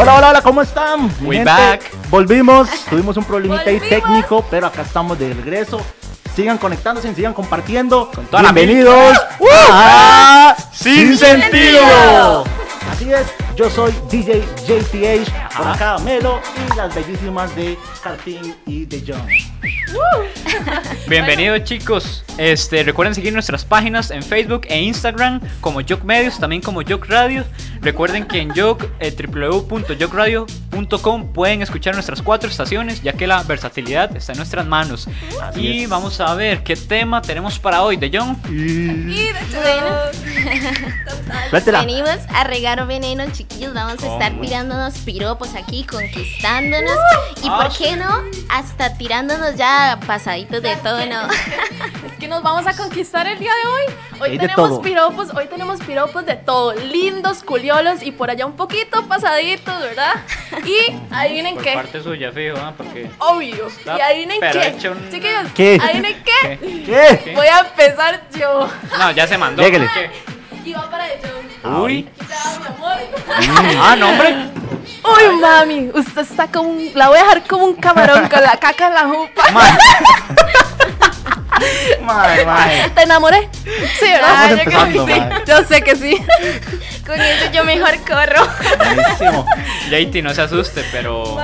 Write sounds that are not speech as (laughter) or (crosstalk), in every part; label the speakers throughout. Speaker 1: hola, hola, ¿cómo están? Mi
Speaker 2: We
Speaker 1: gente,
Speaker 2: back.
Speaker 1: Volvimos, tuvimos un problemita ahí
Speaker 3: Volvimos.
Speaker 1: técnico, pero acá estamos de regreso. Sigan conectándose, sigan compartiendo.
Speaker 2: toda la
Speaker 1: Bienvenidos a
Speaker 2: Sin Sentido.
Speaker 1: Así es, yo soy DJ JTH, por acá Melo y las bellísimas de Cartín y de John.
Speaker 2: Bienvenidos chicos. Este, recuerden seguir nuestras páginas en Facebook e Instagram como Joke Medios, también como Joke Radio. Recuerden que en Joke, eh, www.jokeradio.com pueden escuchar nuestras cuatro estaciones, ya que la versatilidad está en nuestras manos.
Speaker 1: Así
Speaker 2: y
Speaker 1: es.
Speaker 2: vamos a ver qué tema tenemos para hoy, De John.
Speaker 3: Y de
Speaker 1: Suéltela.
Speaker 4: Venimos a regar veneno, chiquillos. Vamos a estar tirándonos piropos aquí, conquistándonos. Y
Speaker 2: Ah,
Speaker 4: por
Speaker 2: sí.
Speaker 4: qué no, hasta tirándonos ya pasaditos de todo, ¿no? (laughs)
Speaker 3: Es que nos vamos a conquistar el día de hoy. Hoy
Speaker 1: Hay de
Speaker 3: tenemos
Speaker 1: todo.
Speaker 3: piropos, hoy tenemos piropos de todo. Lindos, culiolos y por allá un poquito pasaditos, ¿verdad?
Speaker 1: (laughs)
Speaker 3: Y adivinen
Speaker 2: Por
Speaker 3: qué.
Speaker 2: parte suya, fijo, ¿ah? porque
Speaker 3: Obvio.
Speaker 2: Está
Speaker 3: y adivinen
Speaker 2: pero
Speaker 3: qué.
Speaker 2: hecho un-
Speaker 3: Chiquillos,
Speaker 1: ¿Qué?
Speaker 3: adivinen qué.
Speaker 1: ¿Qué?
Speaker 2: ¿Qué?
Speaker 3: Voy a empezar yo.
Speaker 2: no, ya se mandó.
Speaker 1: Lléguele.
Speaker 2: porque-
Speaker 3: Y va para el John.
Speaker 2: Uy.
Speaker 3: Aquí te va, mi amor.
Speaker 1: Mm.
Speaker 2: (laughs) Ah, no, hombre.
Speaker 3: Uy, mami, usted está como un- La voy a dejar como un camarón con la caca en la jupa.
Speaker 1: (laughs) Madre, madre.
Speaker 3: ¿Te enamoré? Sí, ¿verdad?
Speaker 1: Estamos
Speaker 3: yo, creo que
Speaker 1: empezando,
Speaker 3: sí. yo sé que sí.
Speaker 4: Con eso yo mejor corro.
Speaker 1: Buenísimo.
Speaker 2: JT, no se asuste, pero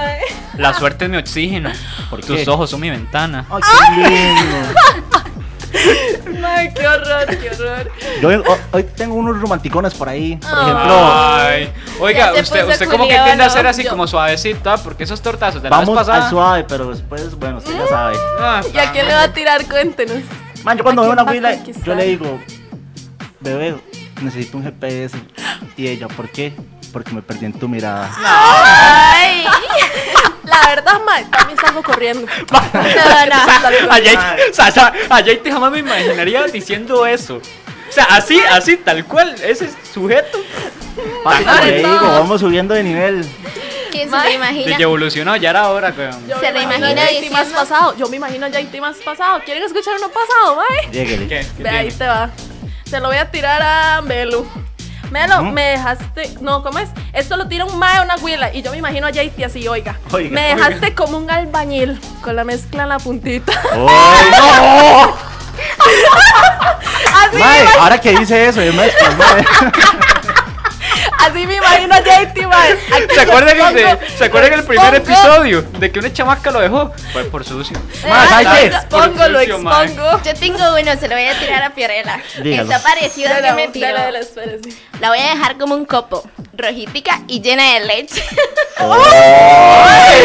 Speaker 2: la suerte es mi oxígeno. Porque tus
Speaker 1: qué?
Speaker 2: ojos son mi ventana.
Speaker 1: Ay, qué lindo.
Speaker 3: Ay, qué horror, qué horror.
Speaker 1: Yo hoy- hoy tengo unos romanticones por ahí. Por
Speaker 3: Ah.
Speaker 1: ejemplo,
Speaker 2: Ay. Oiga,
Speaker 3: Ya se
Speaker 2: usted,
Speaker 3: puso
Speaker 2: usted como que
Speaker 3: culiado,
Speaker 2: tiende a
Speaker 3: ¿no?
Speaker 2: ser así
Speaker 3: Yo-
Speaker 2: como suavecita, porque esos tortazos de la vez
Speaker 1: vamos al
Speaker 2: pasada.
Speaker 1: suave, pero después, bueno, usted ya sabe.
Speaker 2: Ah,
Speaker 3: ¿Y a quién le va a tirar? Cuéntenos.
Speaker 1: Man, yo cuando
Speaker 3: ¿A
Speaker 1: veo
Speaker 3: quién
Speaker 1: una
Speaker 3: va a
Speaker 1: fila,
Speaker 3: conquistar?
Speaker 1: yo le digo, bebé, necesito un GPS. Y ella, ¿por qué? Porque me perdí en tu mirada.
Speaker 3: Ay. La verdad, Mae, también salgo corriendo. No, no,
Speaker 2: A JT, o sea, o sea, a JT jamás me imaginaría diciendo eso. O sea, así, así, tal cual, ese sujeto.
Speaker 1: Papi, como le
Speaker 3: no.
Speaker 1: digo, vamos subiendo de nivel.
Speaker 4: ¿Quién se
Speaker 3: Mae,
Speaker 4: lo imagina?
Speaker 2: Desde evolucionó, ya era hora, weón.
Speaker 3: Yo
Speaker 4: Se
Speaker 3: me
Speaker 4: la
Speaker 3: imagino
Speaker 4: imagina
Speaker 3: a JT más
Speaker 4: diciendo-
Speaker 3: pasado. Yo me imagino a JT más pasado. ¿Quieren escuchar uno pasado, Mae?
Speaker 1: Lléguele.
Speaker 2: ¿Qué? ¿Qué
Speaker 3: Ve, ahí
Speaker 2: tiene?
Speaker 3: te va. Se lo voy a tirar a Melo. Melo, me dejaste. No, ¿cómo es? Esto lo tira un mae a una huila. Y yo me imagino a JT así, oiga.
Speaker 1: Oiga,
Speaker 3: me dejaste como un albañil con la mezcla en la puntita.
Speaker 1: ¡Ay,
Speaker 3: (laughs)
Speaker 1: no!
Speaker 3: así, me,
Speaker 1: Mae,
Speaker 3: ima-
Speaker 1: ahora que dice eso, yo me
Speaker 3: (laughs)
Speaker 1: mae.
Speaker 3: así me imagino a JT, mae.
Speaker 2: ¿Se acuerdan,
Speaker 3: Pongo-
Speaker 2: de, ¿Se acuerdan el primer
Speaker 3: pongo-
Speaker 2: episodio de que una chamaca lo dejó? Fue por sucio.
Speaker 3: Ah,
Speaker 1: Mae, ¿sabe
Speaker 3: Ay,
Speaker 1: qué?
Speaker 3: lo expongo, lo
Speaker 2: Sucio, mae.
Speaker 3: expongo.
Speaker 4: Yo tengo uno, se lo voy a tirar a Fiorella.
Speaker 1: Dígalo.
Speaker 4: Está parecido
Speaker 3: Ya
Speaker 4: al que
Speaker 3: la-
Speaker 4: me
Speaker 3: ya
Speaker 4: tiró.
Speaker 3: la- la- espérese.
Speaker 4: La voy a dejar como un copo, rojitica y llena de (laughs) leche.
Speaker 1: Ay,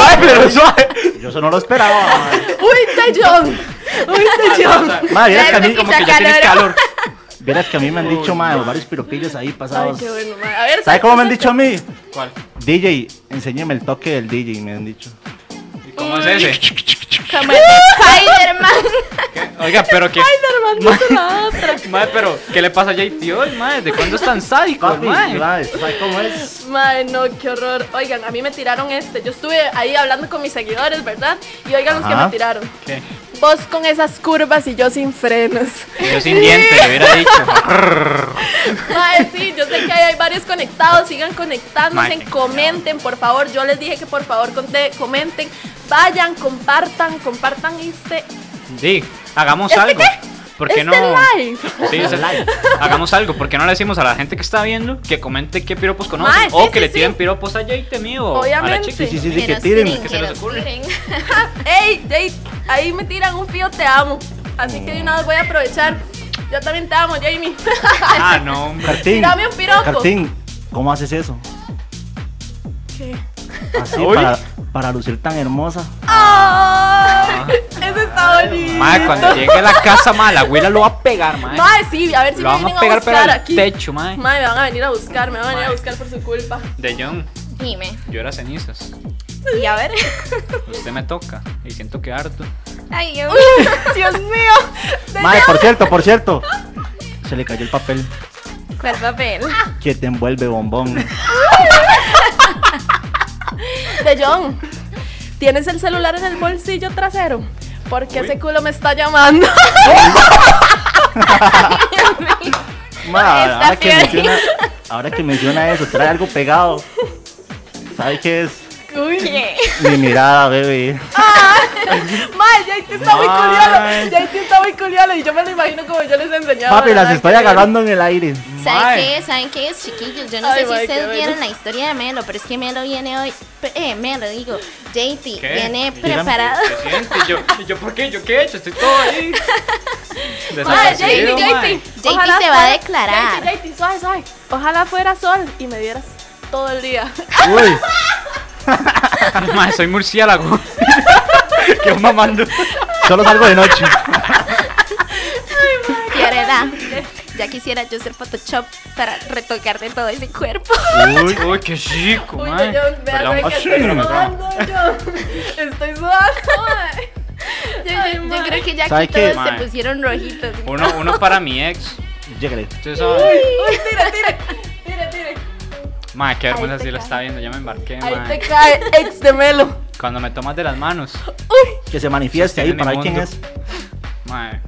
Speaker 2: Ay, pero suave.
Speaker 1: Yo eso no lo esperaba, mae.
Speaker 3: Uy, Tellón. Uy, Tellón.
Speaker 1: Mae, vieras que a mí,
Speaker 4: Claro
Speaker 2: como que ya tienes calor.
Speaker 3: (laughs)
Speaker 1: vieras que a mí me han
Speaker 2: Uy,
Speaker 1: dicho, mae, varios piropillos ahí
Speaker 3: Ay,
Speaker 1: pasados.
Speaker 3: qué bueno, mae. A ver,
Speaker 1: ¿Sabe cómo me han dicho a
Speaker 3: (laughs)
Speaker 1: mí?
Speaker 2: ¿Cuál?
Speaker 1: DJ, enséñeme el toque del DJ, me han dicho.
Speaker 2: ¿Y cómo es ese?
Speaker 4: Spider-Man.
Speaker 2: Oiga, pero que.
Speaker 3: Ay, me armando la otra.
Speaker 2: Madre, pero, ¿qué le pasa a JT hoy, madre? ¿De cuándo es tan sádico,
Speaker 1: Papi,
Speaker 2: madre?
Speaker 1: mae, ¿sabe cómo es?
Speaker 3: Madre, no, qué horror. Oigan, a mí me tiraron este. Yo estuve ahí hablando con mis seguidores, ¿verdad? Y oigan los que
Speaker 1: Ajá.
Speaker 3: me tiraron.
Speaker 2: ¿Qué?
Speaker 3: Vos con esas curvas y yo sin frenos.
Speaker 2: Yo sin dientes, le hubiera dicho.
Speaker 3: Madre, sí, yo sé que ahí hay varios conectados. Sigan conectándose,
Speaker 2: Mae.
Speaker 3: comenten, por favor. Yo les dije que por favor conte- comenten. Vayan, compartan, compartan este,
Speaker 2: Sí, hagamos
Speaker 3: ¿Este
Speaker 2: algo.
Speaker 3: qué?
Speaker 2: ¿Por qué
Speaker 3: este
Speaker 2: no?
Speaker 3: live. (laughs)
Speaker 2: Sí, o sea, hagamos algo. ¿Por qué no le decimos a la gente que está viendo que comente qué piropos conocen?
Speaker 3: Mae, sí,
Speaker 2: o que
Speaker 3: sí,
Speaker 2: le
Speaker 3: sí.
Speaker 2: tiren piropos a JT mío. o A la
Speaker 3: Obviamente.
Speaker 2: chica.
Speaker 1: Sí, sí, sí,
Speaker 4: Que
Speaker 1: que
Speaker 4: nos
Speaker 1: tiren.
Speaker 4: tiren,
Speaker 2: ¿Qué se
Speaker 4: que
Speaker 2: les
Speaker 4: nos
Speaker 2: ocurre?
Speaker 4: tiren.
Speaker 3: ¡Ey! Jay, ahí me tiran un pío, te amo. Así que de una vez voy a aprovechar. Yo también te amo, Jamie. (laughs)
Speaker 2: Ah, no, hombre.
Speaker 1: Cartín,
Speaker 3: Tírame un piropo.
Speaker 1: Cartín, ¿cómo haces eso?
Speaker 3: ¿Qué?
Speaker 1: Así
Speaker 2: Uy.
Speaker 1: para, para lucir tan hermosa.
Speaker 2: Ah.
Speaker 3: ¡Ay! Eso está bonito.
Speaker 2: Madre, cuando llegue a la casa, madre, la abuela lo va a pegar, madre.
Speaker 3: Mae, sí, a ver si
Speaker 2: Lo
Speaker 3: me
Speaker 2: vamos
Speaker 3: vienen
Speaker 2: a pegar, pero
Speaker 3: buscar
Speaker 2: al
Speaker 3: aquí.
Speaker 2: techo, mae.
Speaker 3: Mae, me van a venir a buscar, me van a venir a buscar por su culpa. (laughs)
Speaker 2: De John,
Speaker 4: Dime.
Speaker 2: yo era cenizas.
Speaker 4: Y a ver.
Speaker 2: Pues Usted me toca y siento que harto.
Speaker 4: Ay, yo.
Speaker 3: Dios mío.
Speaker 1: Madre, por cierto, por
Speaker 3: (laughs)
Speaker 1: cierto. Se le cayó el papel
Speaker 4: ¿Cuál papel? (laughs)
Speaker 1: que te envuelve
Speaker 3: (laughs)
Speaker 1: bombón.
Speaker 3: De John, ¿tienes el celular en el bolsillo trasero? Porque
Speaker 2: Uy.
Speaker 3: ese culo me está
Speaker 4: (laughs)
Speaker 3: llamando.
Speaker 1: Madre,
Speaker 4: Está
Speaker 1: ahora que
Speaker 4: fiel.
Speaker 1: menciona, ahora que menciona eso, trae algo pegado. ¿Sabes qué es?
Speaker 3: Uy.
Speaker 4: ¿Qué?
Speaker 1: Mi mirada, bebé.
Speaker 3: (laughs) Mae, JT está muy
Speaker 1: Mae.
Speaker 3: culiado. JT está muy culiado. Y yo me lo imagino como yo les enseñaba.
Speaker 1: Papi, las
Speaker 3: ¿verdad?
Speaker 1: estoy
Speaker 3: Que-
Speaker 1: agarrando en el aire.
Speaker 4: ¿Saben
Speaker 2: Mae.
Speaker 4: qué? ¿Saben qué es, chiquillos? Yo no
Speaker 3: Ay,
Speaker 4: sé
Speaker 3: mae,
Speaker 4: si
Speaker 3: qué
Speaker 4: ustedes
Speaker 3: bueno.
Speaker 4: vieron la historia de Melo, pero es que Melo viene hoy. Eh, Melo, digo, JT,
Speaker 2: ¿Qué?
Speaker 4: viene
Speaker 2: Dígame. (laughs)
Speaker 4: preparado. (laughs)
Speaker 2: ¿Qué siente? Yo, yo, ¿por qué? ¿Yo qué he hecho? Estoy todo
Speaker 3: (laughs)
Speaker 2: ahí.
Speaker 3: Mae,
Speaker 2: Desaparecido,
Speaker 3: JT,
Speaker 2: mae.
Speaker 3: JT.
Speaker 4: JT se va a declarar.
Speaker 3: JT, JT, suave, suave. Ojalá fuera sol y me dieras todo el día.
Speaker 1: Uy.
Speaker 2: (laughs) Mae, soy murciélago. Qué mamando.
Speaker 1: Solo salgo de noche.
Speaker 4: Y ahora era, ya quisiera yo ser Photoshop para retocar de todo ese cuerpo.
Speaker 2: Uy, uy, qué chico,
Speaker 3: (laughs) Uy,
Speaker 2: mae.
Speaker 3: yo, vea,
Speaker 2: Perdón.
Speaker 3: ¿sabe que estoy
Speaker 1: Perdón.
Speaker 3: sudando yo. (laughs) Estoy sudando, (laughs) mae.
Speaker 4: Yo, yo-
Speaker 3: Ay,
Speaker 4: yo
Speaker 3: mae.
Speaker 4: creo que ya
Speaker 1: ¿Sabe
Speaker 4: aquí
Speaker 1: qué?
Speaker 4: todos
Speaker 2: Mae.
Speaker 4: se pusieron rojitos.
Speaker 2: Uno, uno para mi ex.
Speaker 1: Lléguele.
Speaker 2: Ustedes saben.
Speaker 3: Uy, tire, tire. Tire, tire.
Speaker 2: Mae, qué vergüenza
Speaker 4: Ahí te
Speaker 2: si lo
Speaker 4: cae.
Speaker 2: está viendo. Ya me embarqué,
Speaker 3: Ahí
Speaker 2: mae.
Speaker 3: te cae ex de Melo.
Speaker 2: Cuando me tomas de las manos.
Speaker 1: Que se manifieste ahí
Speaker 2: Sostiene
Speaker 1: para ver
Speaker 2: mi
Speaker 1: quién
Speaker 2: mundo.
Speaker 1: es.
Speaker 2: Mae.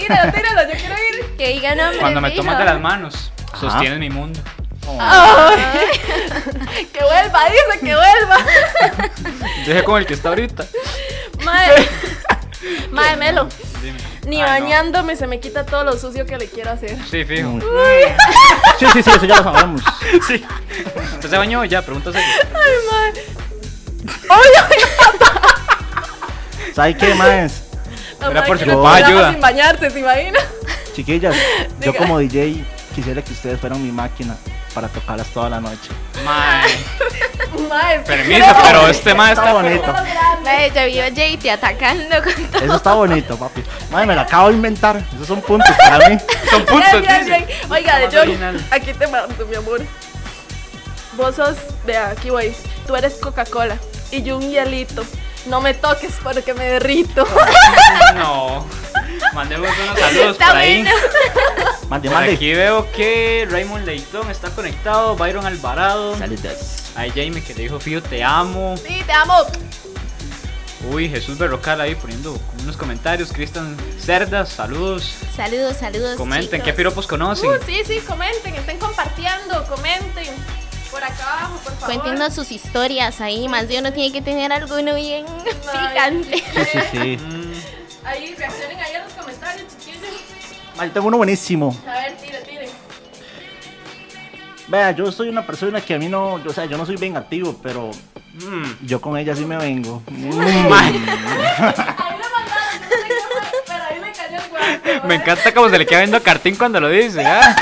Speaker 3: Tíralo, tíralo, yo quiero ir.
Speaker 4: Que digan hombre.
Speaker 2: Cuando me
Speaker 4: fijo.
Speaker 2: tomas de las manos,
Speaker 1: Ajá.
Speaker 2: sostienes mi mundo.
Speaker 3: Ay, que vuelva, dice que vuelva.
Speaker 2: Deje con el que está ahorita.
Speaker 3: Mae, mae, Melo.
Speaker 2: Dime. Ay,
Speaker 3: Ni
Speaker 2: no.
Speaker 3: bañándome se me quita todo lo sucio que le quiero hacer.
Speaker 2: Sí, fijo.
Speaker 1: Sí, sí, sí, eso ya lo sabemos.
Speaker 2: (laughs) Sí. ¿Usted se bañó ya? Pregúntase.
Speaker 3: Ay, mae. Ay,
Speaker 1: ¿Sabes qué, más?
Speaker 3: no,
Speaker 2: Era
Speaker 3: mae,
Speaker 2: por
Speaker 3: que
Speaker 2: si
Speaker 3: no
Speaker 2: papá
Speaker 3: te grabas
Speaker 2: ayuda.
Speaker 3: sin bañarte, ¿se imagina?
Speaker 1: Chiquillas, yo
Speaker 3: Diga.
Speaker 1: como DJ quisiera que ustedes fueran mi máquina para tocarlas toda la noche.
Speaker 2: Mae.
Speaker 3: Mae, es que
Speaker 2: Permiso,
Speaker 3: creo-
Speaker 2: pero este mae
Speaker 1: Está
Speaker 2: está.
Speaker 1: bonito.
Speaker 4: Mae, yo vi a JT atacando con
Speaker 1: (laughs)
Speaker 4: todo.
Speaker 1: Eso está bonito, papi. Madre, me lo acabo de inventar. Esos son puntos para mí.
Speaker 2: Son puntos,
Speaker 3: Bien, bien,
Speaker 2: dice.
Speaker 3: bien. Oiga, de
Speaker 2: Más original.
Speaker 3: John, aquí te mando, mi amor. Vos sos, vea, aquí voy. Tú eres Coca-Cola y yo un hielito. No me toques porque me derrito.
Speaker 2: No. Mandemos unos saludos por ahí.
Speaker 1: Mande,
Speaker 2: Por
Speaker 1: mande.
Speaker 2: aquí veo que Raymond Leitón está conectado, Byron Alvarado.
Speaker 1: Saludos.
Speaker 2: Ay, Jamie que le dijo Fío, te amo.
Speaker 3: Sí, te amo.
Speaker 2: Uy, Jesús Berrocal ahí poniendo unos comentarios. Cristian Cerdas, saludos.
Speaker 4: Saludos, saludos.
Speaker 2: Comenten
Speaker 4: chicos.
Speaker 2: qué piropos conocen.
Speaker 3: Uh, sí, sí, comenten, estén compartiendo, comenten. Por acá abajo, por favor.
Speaker 4: Cuéntenos sus historias ahí, más de uno tiene que tener alguno bien
Speaker 3: Ay,
Speaker 4: picante.
Speaker 1: Sí, sí, sí.
Speaker 2: Mm,
Speaker 3: Ahí, reaccionen ahí a los comentarios, chiquillos.
Speaker 1: Madre, tengo uno buenísimo.
Speaker 3: A ver, tire, tire.
Speaker 1: Vea, yo soy una persona que a mí no, o sea, yo no soy vengativo, pero
Speaker 2: mm.
Speaker 1: yo con ella sí me
Speaker 2: (laughs)
Speaker 1: vengo.
Speaker 3: Ahí lo mandaron, no sé qué fue, pero ahí le cayó el guante.
Speaker 2: Me encanta cómo se le queda viendo a Cartín cuando lo dice. ¿ah?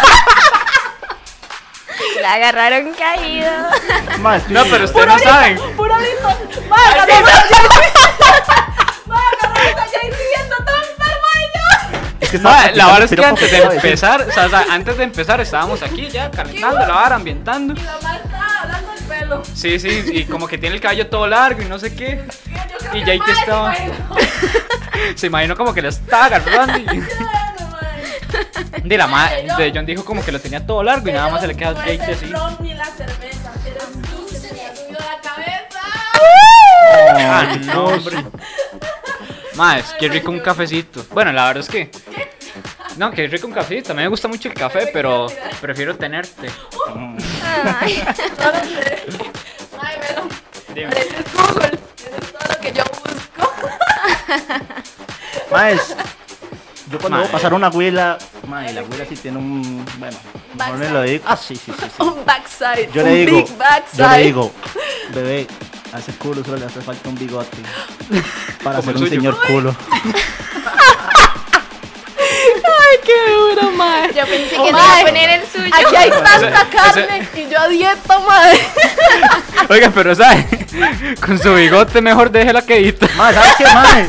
Speaker 4: (laughs) La agarraron caído.
Speaker 1: Madre, estoy-
Speaker 2: No, pero ustedes no saben.
Speaker 3: Puro listo. Mae, agarramos a JC. Mae, agarramos a JC viendo todo enfermo de yo.
Speaker 2: (laughs)
Speaker 1: es que estaba
Speaker 2: Ma, eh, la vara es que
Speaker 1: practicando
Speaker 2: antes de
Speaker 1: piropo, estaba diciendo.
Speaker 2: empezar, o sea, o sea, antes de empezar estábamos aquí ya calentando la vara, ambientando.
Speaker 3: Y la madre estaba hablando el pelo.
Speaker 2: Sí, sí, y como que tiene el cabello todo largo y no sé qué.
Speaker 3: Yo creo
Speaker 2: Y
Speaker 3: que
Speaker 2: JT estaba-
Speaker 3: mae, se imaginó.
Speaker 2: Se imaginó como que lo estaba agarrando y
Speaker 3: Bueno, mae.
Speaker 2: de la madre. De John dijo como que lo tenía todo largo y nada más se le queda
Speaker 3: No
Speaker 2: el
Speaker 3: es
Speaker 2: Jake
Speaker 3: el
Speaker 2: así.
Speaker 3: ron ni la cerveza, eres tú que se me ha subido la cabeza.
Speaker 2: Ah,
Speaker 1: Ay,
Speaker 2: no, hombre. Más, qué rico un cafecito. Bueno, la verdad es que. No, qué rico un cafecito. A mí me gusta mucho el café, pero prefiero tenerte.
Speaker 4: Ay.
Speaker 3: Ahora sé. Ay, bueno,
Speaker 2: Dime.
Speaker 3: pareces Google. Eres todo lo que yo busco.
Speaker 1: Maes, yo cuando
Speaker 2: Mae.
Speaker 1: voy a pasar una huila, mae, la huila sí tiene un, bueno, mejor no lo digo. Ah, sí, sí, sí. sí.
Speaker 3: Un backside.
Speaker 1: Yo
Speaker 3: un
Speaker 1: le digo,
Speaker 3: Big backside.
Speaker 1: yo le (laughs) digo, bebé, a ese culo solo le hace falta un
Speaker 3: (laughs)
Speaker 1: bigote para
Speaker 2: Como
Speaker 1: ser
Speaker 2: el
Speaker 1: un
Speaker 2: suyo.
Speaker 1: señor culo.
Speaker 3: Ay, qué duro, madre.
Speaker 4: Yo pensé que
Speaker 3: Oh,
Speaker 4: te iba a
Speaker 3: mae.
Speaker 4: poner el suyo.
Speaker 3: Aquí hay tanta
Speaker 2: ese-
Speaker 3: carne y yo a dieta, madre.
Speaker 2: Oiga, pero ¿sabes? (laughs) Con su bigote mejor déjela quedita.
Speaker 1: Mae, ¿sabes qué, mae?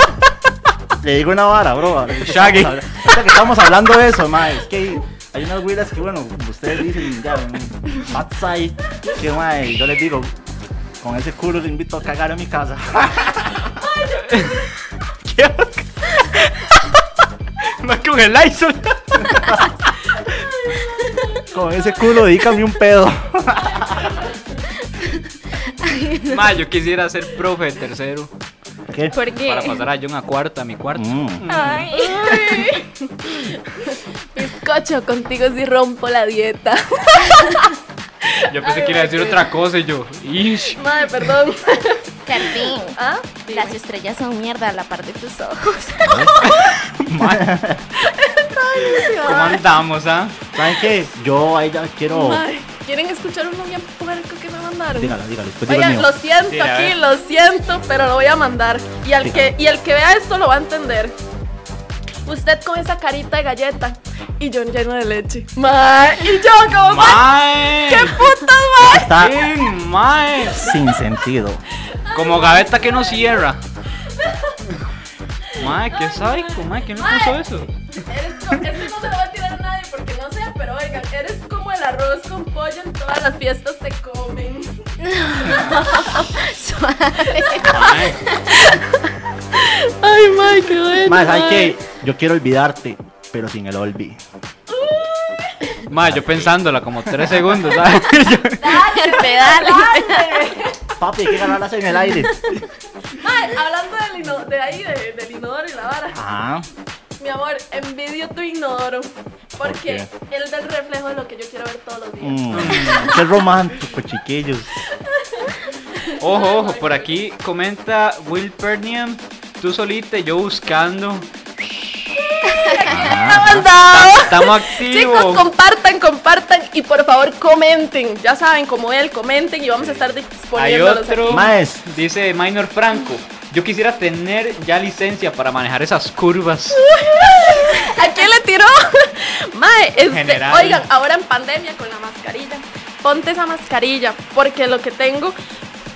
Speaker 1: Le digo una vara, bro. ahorita que
Speaker 2: Shaggy.
Speaker 1: estamos habla- ahorita que estamos hablando de eso, mae, es que hay unas huilas que, bueno, como ustedes dicen, ya, un backside, que, mae, yo les digo, con ese culo le invito a cagar a mi casa. (laughs) (laughs)
Speaker 2: Más con el Lysol.
Speaker 1: Con ese culo dedícame un pedo. (laughs)
Speaker 2: Más, yo quisiera ser profe de tercero.
Speaker 1: ¿Qué?
Speaker 4: ¿Por qué?
Speaker 2: Para pasar a John a cuarta, a mi cuarto.
Speaker 1: Mm.
Speaker 4: Ay.
Speaker 3: Bizcocho, contigo sí rompo la dieta.
Speaker 2: Yo pensé que iba a decir otra cosa y yo. Ish.
Speaker 3: Madre, (laughs) perdón.
Speaker 4: Carlín,
Speaker 3: ¿Ah? Dime.
Speaker 4: las estrellas son mierda a la par de tus ojos.
Speaker 2: Mae, ¿Cómo andamos, ah?
Speaker 1: ¿Saben qué? Yo ahí ya quiero.
Speaker 3: Madre, ¿Quieren escuchar uno bien puerco que me mandaron?
Speaker 1: Dígalo, dígalo, después Pues digo el mío.
Speaker 3: Oigan, lo siento
Speaker 2: Sí, a
Speaker 3: aquí,
Speaker 2: ver.
Speaker 3: lo siento, pero lo voy a mandar. Y al, que, y el que vea esto lo va a entender. Usted con esa carita de galleta y yo lleno de leche. Mae, y yo como mae,
Speaker 2: Mae.
Speaker 3: qué putas mae.
Speaker 1: Está
Speaker 2: Sí, mae.
Speaker 1: sin sentido.
Speaker 2: Como gaveta que no cierra. Mae, qué psycho, mae, ¿quién le
Speaker 3: Mae.
Speaker 2: puso eso?
Speaker 3: Eres como, eso no se lo va a tirar nadie porque no sé, pero oigan, eres como el arroz con pollo en todas las fiestas te comen.
Speaker 4: Suave.
Speaker 2: Mae.
Speaker 3: Ay, mae, qué bueno.
Speaker 1: Más, hay que. Yo quiero olvidarte, pero sin el olvi.
Speaker 2: Mae, yo pensándola como tres segundos, ¿ah? ¿sabes?
Speaker 4: (laughs) Dale, (laughs) pedale.
Speaker 1: Papi, hay que ganarlas en el aire.
Speaker 3: Mae, hablando del ino- de ahí, de- del inodoro y la vara.
Speaker 1: (laughs) Ah,
Speaker 3: Mi amor, envidio tu inodoro. Porque él da el reflejo de lo que yo quiero ver todos los días.
Speaker 1: mm, qué romántico, chiquillos.
Speaker 2: Ojo, ojo, por aquí comenta Will Perniam, tú solita y yo buscando.
Speaker 1: Ah,
Speaker 3: (laughs) ¡Mandado!
Speaker 2: Estamos activos.
Speaker 3: Chicos, compartan, compartan y por favor comenten. Ya saben, como él, comenten y vamos a estar
Speaker 2: Hay
Speaker 3: disponiéndolos. aquí.
Speaker 2: otro,
Speaker 1: Maes.
Speaker 2: dice Minor Franco. Yo quisiera tener ya licencia para manejar esas
Speaker 3: (laughs)
Speaker 2: curvas.
Speaker 3: (laughs)
Speaker 2: (laughs)
Speaker 3: ¿A quién le tiró? (laughs) Mae, este,
Speaker 2: General.
Speaker 3: oigan, ahora en pandemia con la mascarilla, ponte esa mascarilla porque lo que tengo,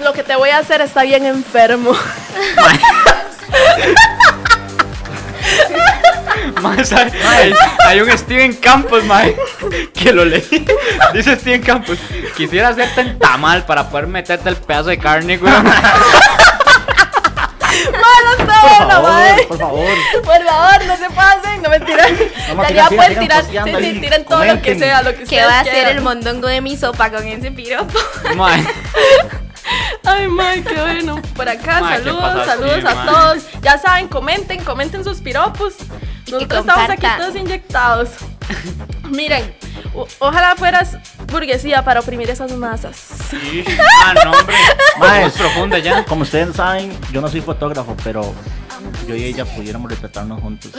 Speaker 3: lo que te voy a hacer está bien enfermo. (laughs)
Speaker 2: Más hay, hay- hay un Steven Campos, mae, (laughs) que lo leí. (laughs) Dice Steven Campos, quisiera hacerte el tamal para poder meterte el pedazo de carne,
Speaker 3: (laughs)
Speaker 2: güey.
Speaker 3: Mae, no está
Speaker 1: Por
Speaker 3: bueno, mae.
Speaker 1: favor, por favor.
Speaker 3: (laughs) Por favor, no se pasen, no me tiran.
Speaker 1: Vamos,
Speaker 3: Daría
Speaker 1: tiran, tiran,
Speaker 3: pueden
Speaker 1: tiran
Speaker 3: tirar, sí,
Speaker 1: posteando
Speaker 3: sí,
Speaker 1: ahí.
Speaker 3: tiran todo lo que
Speaker 1: Comenten.
Speaker 3: sea, lo que
Speaker 4: ¿Qué va
Speaker 3: ustedes
Speaker 4: a hacer el
Speaker 3: quieran.
Speaker 4: mondongo de mi sopa con ese piropo?
Speaker 2: Mae,
Speaker 3: Ay, mae, qué bueno. Por acá,
Speaker 2: Mae, qué
Speaker 3: saludos,
Speaker 2: pasa,
Speaker 3: saludos
Speaker 2: sí,
Speaker 3: a
Speaker 2: mae.
Speaker 3: todos. Ya saben, comenten, comenten sus piropos. Nosotros estamos aquí
Speaker 4: compartan.
Speaker 3: todos inyectados. (laughs) Miren, o- ojalá fueras burguesía para oprimir esas masas.
Speaker 2: Sí, (laughs) ah, no, hombre.
Speaker 1: Mae.
Speaker 2: Más profunda ya.
Speaker 1: Como ustedes saben, yo no soy fotógrafo, pero yo y ella pudiéramos retratarnos juntos.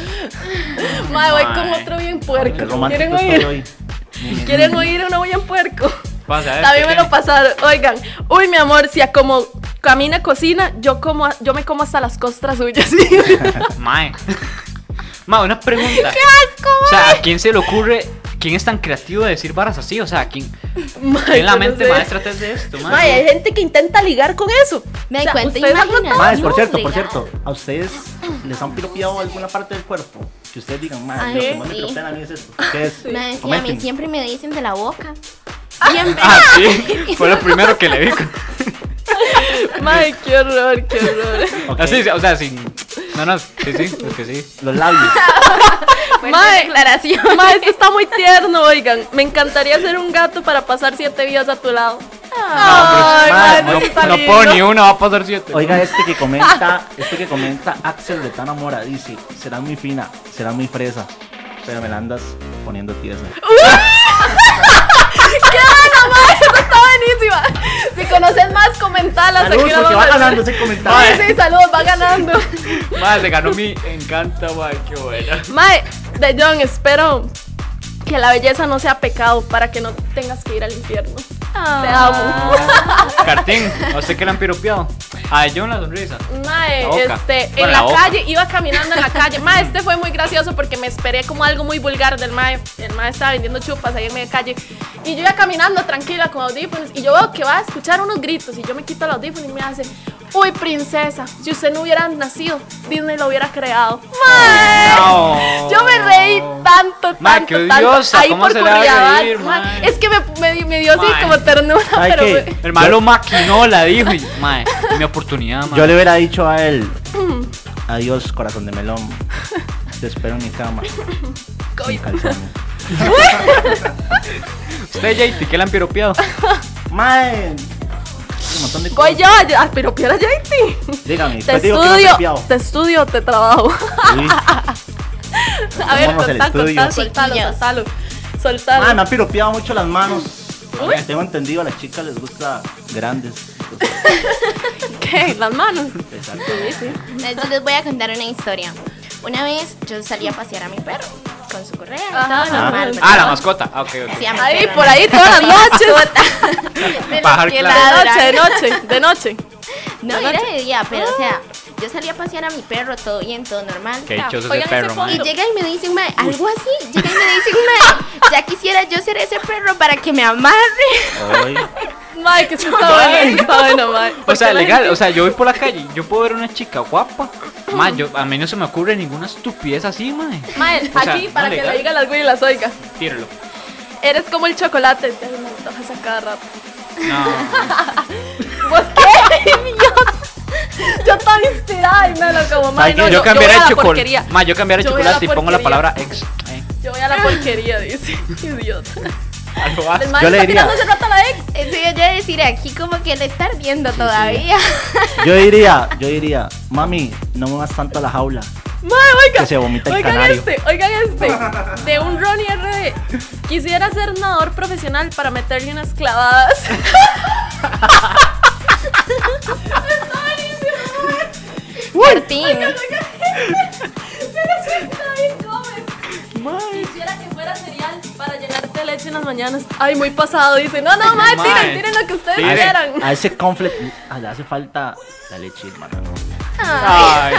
Speaker 3: Mae, voy
Speaker 2: Mae.
Speaker 3: con otro bien
Speaker 1: Qué
Speaker 3: puerco. ¿Quieren
Speaker 1: romántico estoy
Speaker 3: oír?
Speaker 1: hoy.
Speaker 3: ¿Quieren oír uno bien puerco?
Speaker 2: Pasa, a ver, ¿qué
Speaker 3: También me lo
Speaker 2: tiene?
Speaker 3: pasaron. Oigan, uy, mi amor, si a como camina cocina, yo como a- yo me como hasta las
Speaker 2: (laughs)
Speaker 3: costras suyas. (laughs)
Speaker 2: Mae. (laughs) Mae, una
Speaker 3: (laughs)
Speaker 2: pregunta. O sea, ¿a quién se le ocurre? ¿Quién es tan creativo de decir varas así? O sea, ¿a ¿quién,
Speaker 3: Mae,
Speaker 2: ¿quién en la
Speaker 3: yo no
Speaker 2: mente
Speaker 3: sé.
Speaker 2: maestra te de esto, mae?
Speaker 3: Mae, hay gente que intenta ligar con eso.
Speaker 4: Me
Speaker 3: O sea,
Speaker 4: cuenta
Speaker 3: ustedes han notado-
Speaker 1: Maes, por
Speaker 4: No,
Speaker 1: cierto, por
Speaker 4: legal.
Speaker 1: cierto, ¿a ustedes les han piropeado alguna parte del cuerpo? Que ustedes digan,
Speaker 4: Ay,
Speaker 1: madre, lo que
Speaker 4: sí.
Speaker 1: más me piropean a mí es esto. ¿Qué es?
Speaker 4: Me decía, a mí
Speaker 2: este.
Speaker 1: Comenten.
Speaker 4: siempre me dicen de la boca.
Speaker 3: Siempre.
Speaker 2: (laughs) Ah, sí. Fue lo primero que le vi.
Speaker 3: Mae, qué horror, qué horror.
Speaker 1: Ok,
Speaker 2: Así, o sea, sin. No, no, sí, sí, es que sí.
Speaker 1: Los labios.
Speaker 4: Fuerte
Speaker 3: (laughs)
Speaker 4: declaración.
Speaker 3: Mae, esto está muy tierno, oigan. Me encantaría ser un gato para pasar siete vidas a tu lado. Ay,
Speaker 1: mae,
Speaker 3: mae,
Speaker 2: Ah, no,
Speaker 3: eso está
Speaker 2: no
Speaker 3: lindo.
Speaker 2: puedo ni una, va a pasar siete.
Speaker 1: Oiga este que
Speaker 3: (laughs)
Speaker 1: comenta, este que comenta Axel Retana Mora, dice, será muy fina, será muy fresa, pero me la andas poniendo tiesa.
Speaker 3: (laughs) ¡Qué bueno, Ah, mae! Eso está buenísima. Si conoces más, comentalas.
Speaker 1: Saludos,
Speaker 3: aquí lo
Speaker 1: porque
Speaker 3: vamos
Speaker 1: va
Speaker 3: a-
Speaker 1: ganando
Speaker 3: (laughs)
Speaker 1: ese
Speaker 3: Sí,
Speaker 1: comentario.
Speaker 3: sí, saludos, va ganando.
Speaker 2: Madre, se ganó mi encanta, madre, qué
Speaker 3: (laughs)
Speaker 2: buena.
Speaker 3: Mae, de John, espero que la belleza no sea pecado para que no tengas que ir al infierno.
Speaker 4: Ah.
Speaker 3: Te amo.
Speaker 2: Cartín, ¿a usted qué le han piropeado? A yo una sonrisa.
Speaker 3: Mae,
Speaker 2: La boca.
Speaker 3: este,
Speaker 2: Bueno,
Speaker 3: en
Speaker 2: la
Speaker 3: la,
Speaker 2: boca.
Speaker 3: calle, iba caminando en
Speaker 2: (laughs)
Speaker 3: la calle. Mae, este fue muy gracioso porque me esperé como algo muy vulgar del mae. El mae estaba vendiendo chupas ahí en medio calle. Y yo iba caminando tranquila con audífonos y yo veo que va a escuchar unos gritos y yo me quito los audífonos y me hace, uy, princesa, si usted no hubiera nacido, Disney lo hubiera creado. Mae.
Speaker 2: No.
Speaker 3: (laughs) Yo me reí tanto, tanto,
Speaker 2: Mae, qué
Speaker 3: tanto.
Speaker 2: odiosa,
Speaker 3: ahí
Speaker 2: ¿cómo
Speaker 3: por
Speaker 2: se le va a
Speaker 3: Curridabat,
Speaker 2: reír,
Speaker 3: mae.
Speaker 2: mae?
Speaker 3: Es que me, me- me dio así
Speaker 2: Mae.
Speaker 3: como ternura,
Speaker 1: ¿Sabe
Speaker 3: pero...
Speaker 1: qué?
Speaker 3: fue-
Speaker 2: El malo maquinó, la dijo y, madre, mi oportunidad, madre.
Speaker 1: Yo le hubiera dicho a
Speaker 3: (laughs)
Speaker 1: él, adiós corazón de melón, te espero en mi cama,
Speaker 3: COVID. (laughs)
Speaker 1: sin calzones.
Speaker 2: Usted, JT, ¿qué le han
Speaker 3: (laughs)
Speaker 2: piropeado?
Speaker 1: Mae, un montón de
Speaker 3: Voy
Speaker 1: cosas.
Speaker 3: yo, ah, pero pierde a Jaiti.
Speaker 1: Dígame,
Speaker 3: Te
Speaker 1: después digo que no
Speaker 3: estudio,
Speaker 1: piropeado.
Speaker 3: te estudio, te trabajo. (laughs)
Speaker 1: Sí.
Speaker 3: A ver,
Speaker 1: Tomémonos el
Speaker 3: (laughs) contá, contá,
Speaker 1: estudio.
Speaker 3: soltalo,
Speaker 4: Chiquillos.
Speaker 3: soltalo.
Speaker 1: Ah, me
Speaker 3: Soltalo.
Speaker 1: han piropeado mucho las manos.
Speaker 3: Uy.
Speaker 1: Tengo entendido, a las chicas les gusta
Speaker 3: (laughs)
Speaker 1: grandes.
Speaker 3: ¿Qué? Las manos.
Speaker 1: Exacto.
Speaker 3: Sí, sí.
Speaker 4: Entonces, yo les voy a contar una historia. Una vez yo salí a pasear a mi perro con su correa,
Speaker 3: Ajá.
Speaker 4: todo normal. ¿verdad?
Speaker 2: Ah, la mascota. Ah, ok, ok.
Speaker 4: Sí, a mi
Speaker 3: Ahí,
Speaker 4: perro,
Speaker 3: por
Speaker 4: ¿no?
Speaker 3: ahí todas las noches.
Speaker 4: De los
Speaker 2: Pajar
Speaker 4: que
Speaker 2: claro.
Speaker 4: ladran.
Speaker 3: De noche, de noche, de noche.
Speaker 4: No, era de día, pero o sea, yo salí a pasear a mi perro, todo bien, todo normal.
Speaker 2: Qué dichoso
Speaker 3: Oigan
Speaker 2: ese
Speaker 3: ese
Speaker 2: perro, man.
Speaker 4: Y
Speaker 3: fondo.
Speaker 4: llega y me dice, mae, algo así. Llega y me dice, mae, ya quisiera yo ser ese perro para que me amarre.
Speaker 1: Hoy,
Speaker 3: Mae, que eso está bueno, eso está bueno, mae.
Speaker 2: O sea,
Speaker 3: Porque la
Speaker 2: legal,
Speaker 3: gente-
Speaker 2: o sea, yo voy por la calle, yo puedo ver una chica guapa. Ma, yo, a mí no se me ocurre ninguna estupidez así, mae.
Speaker 3: Mae,
Speaker 2: o sea,
Speaker 3: aquí
Speaker 2: no
Speaker 3: para que
Speaker 2: legal.
Speaker 3: le digan las güey y las oiga.
Speaker 2: Tíralo.
Speaker 3: Eres como el chocolate. Te lo antojas a cada rato. (laughs)
Speaker 2: No.
Speaker 3: ¿Vos qué? (laughs) idiota? Yo estaba inspirada y me lo como, mae, no,
Speaker 2: yo,
Speaker 3: yo,
Speaker 2: cambiaré
Speaker 3: voy a la
Speaker 2: chocolate.
Speaker 3: porquería.
Speaker 2: Ma, yo cambiaré
Speaker 3: Yo voy a
Speaker 2: chocolate y
Speaker 3: la
Speaker 2: pongo la
Speaker 3: porquería.
Speaker 2: palabra ex. Eh,
Speaker 3: Yo voy a la porquería, dice. (laughs) Idiota.
Speaker 2: a
Speaker 3: (laughs)
Speaker 2: lo asco.
Speaker 3: El mae
Speaker 1: Ah, Yo le diría-
Speaker 3: está tirando hace rato a la ex.
Speaker 4: Eso yo ya decir aquí como que le está ardiendo todavía.
Speaker 1: Yo diría, yo diría, mami, no me vas tanto a la jaula.
Speaker 3: Mae, oiga.
Speaker 1: Que se vomita el
Speaker 3: oigan
Speaker 1: canario.
Speaker 3: este, oigan este. De un Ronnie R. Quisiera ser nadador profesional para meterle unas clavadas. (laughs)
Speaker 4: Por fin.
Speaker 3: Quisiera que fuera cereal para llenarte de leche en las mañanas. Ay, muy pasado. Dice, no, no, mae,
Speaker 2: Mae.
Speaker 3: tiren, tiren lo que ustedes
Speaker 2: Tiren.
Speaker 3: quieran.
Speaker 1: A ese conflict ah, le hace falta la leche, hermano.
Speaker 2: Ay.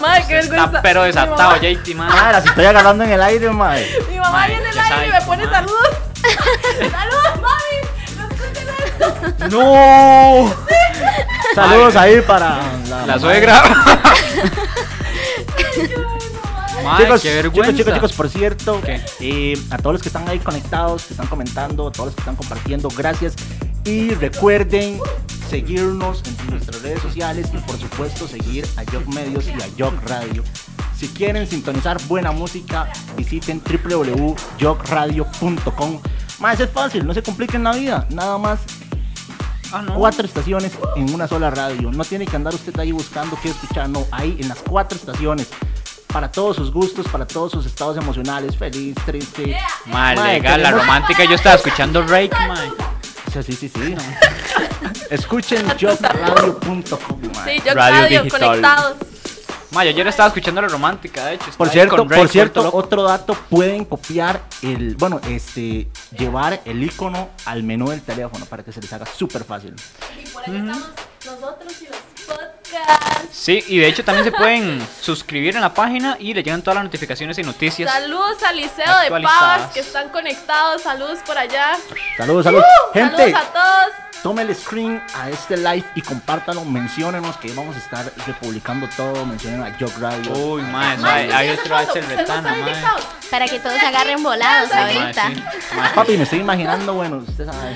Speaker 3: Madre,
Speaker 2: pues
Speaker 3: qué
Speaker 2: está
Speaker 3: vergüenza.
Speaker 2: pero
Speaker 3: Mi
Speaker 2: desatado,
Speaker 3: mamá-
Speaker 2: JT, man.
Speaker 1: Ah, las estoy agarrando en el aire, madre.
Speaker 3: Mi mamá
Speaker 2: Mae,
Speaker 3: viene al
Speaker 2: ya
Speaker 3: aire y
Speaker 2: sabe,
Speaker 3: me pone
Speaker 2: mae.
Speaker 3: saludos. (laughs) saludos, mami. No escuchen esto.
Speaker 1: ¡No! Saludos ahí para
Speaker 3: Ah,
Speaker 1: la,
Speaker 2: La
Speaker 1: mamá.
Speaker 3: (laughs)
Speaker 2: suegra. (laughs) Madre,
Speaker 1: Chicos,
Speaker 2: qué
Speaker 1: chicos,
Speaker 2: vergüenza.
Speaker 1: chicos, chicos, por cierto,
Speaker 2: ¿Qué?
Speaker 1: eh, a todos los que están ahí conectados, que están comentando, a todos los que están compartiendo, gracias. Y recuerden seguirnos en nuestras redes sociales y por supuesto seguir a Jock Medios y a Jock Radio. Si quieren sintonizar buena música, visiten www.jockradio.com. Más es fácil, no se compliquen la vida, nada más
Speaker 2: Ah, no.
Speaker 1: cuatro estaciones en una sola radio. No tiene que andar usted ahí buscando qué escuchar, no, ahí en las cuatro estaciones. Para todos sus gustos, para todos sus estados emocionales, feliz, triste.
Speaker 2: Madre,
Speaker 1: Madre,
Speaker 2: legal, la
Speaker 1: tenemos-
Speaker 2: romántica. Yo estaba escuchando Rake, man.
Speaker 1: O sea, sí, sí, sí. Escuchen jockradio.com. madre.
Speaker 3: Sí,
Speaker 2: Radio
Speaker 3: yo radio,
Speaker 2: digital.
Speaker 3: conectados.
Speaker 2: Ma, yo ayer estaba escuchando la romántica, de hecho. estaba
Speaker 1: Por
Speaker 2: ahí
Speaker 1: cierto,
Speaker 2: con Rake,
Speaker 1: por cierto,
Speaker 2: vuelto loco.
Speaker 1: otro dato, pueden copiar el, bueno, este, llevar el icono al menú del teléfono para que se les haga súper fácil.
Speaker 3: Y por ahí estamos nosotros y los podcasts.
Speaker 2: Sí, y de hecho también se pueden suscribir en la página y le llegan todas las notificaciones y noticias.
Speaker 3: Saludos al Liceo de
Speaker 2: Actualizadas.
Speaker 3: Pavas que están conectados. Saludos por allá.
Speaker 1: Saludos, saludos. Gente,
Speaker 3: Uh, Saludos a todos.
Speaker 1: Tome el screen a este live y compártalo, menciónenos que vamos a estar republicando todo, mencionen a Jock Radio.
Speaker 2: Uy, ma, eso
Speaker 3: Mae,
Speaker 2: hay, hay
Speaker 3: ¿ustedes
Speaker 2: otro
Speaker 3: cuándo-
Speaker 2: H
Speaker 3: ustedes
Speaker 2: retana,
Speaker 3: están
Speaker 2: ma.
Speaker 3: conectados?
Speaker 4: Para que todos se agarren volados
Speaker 2: Ma,
Speaker 4: ahorita.
Speaker 2: Ah, sí, ma.
Speaker 1: Papi, me estoy imaginando, bueno, usted sabe.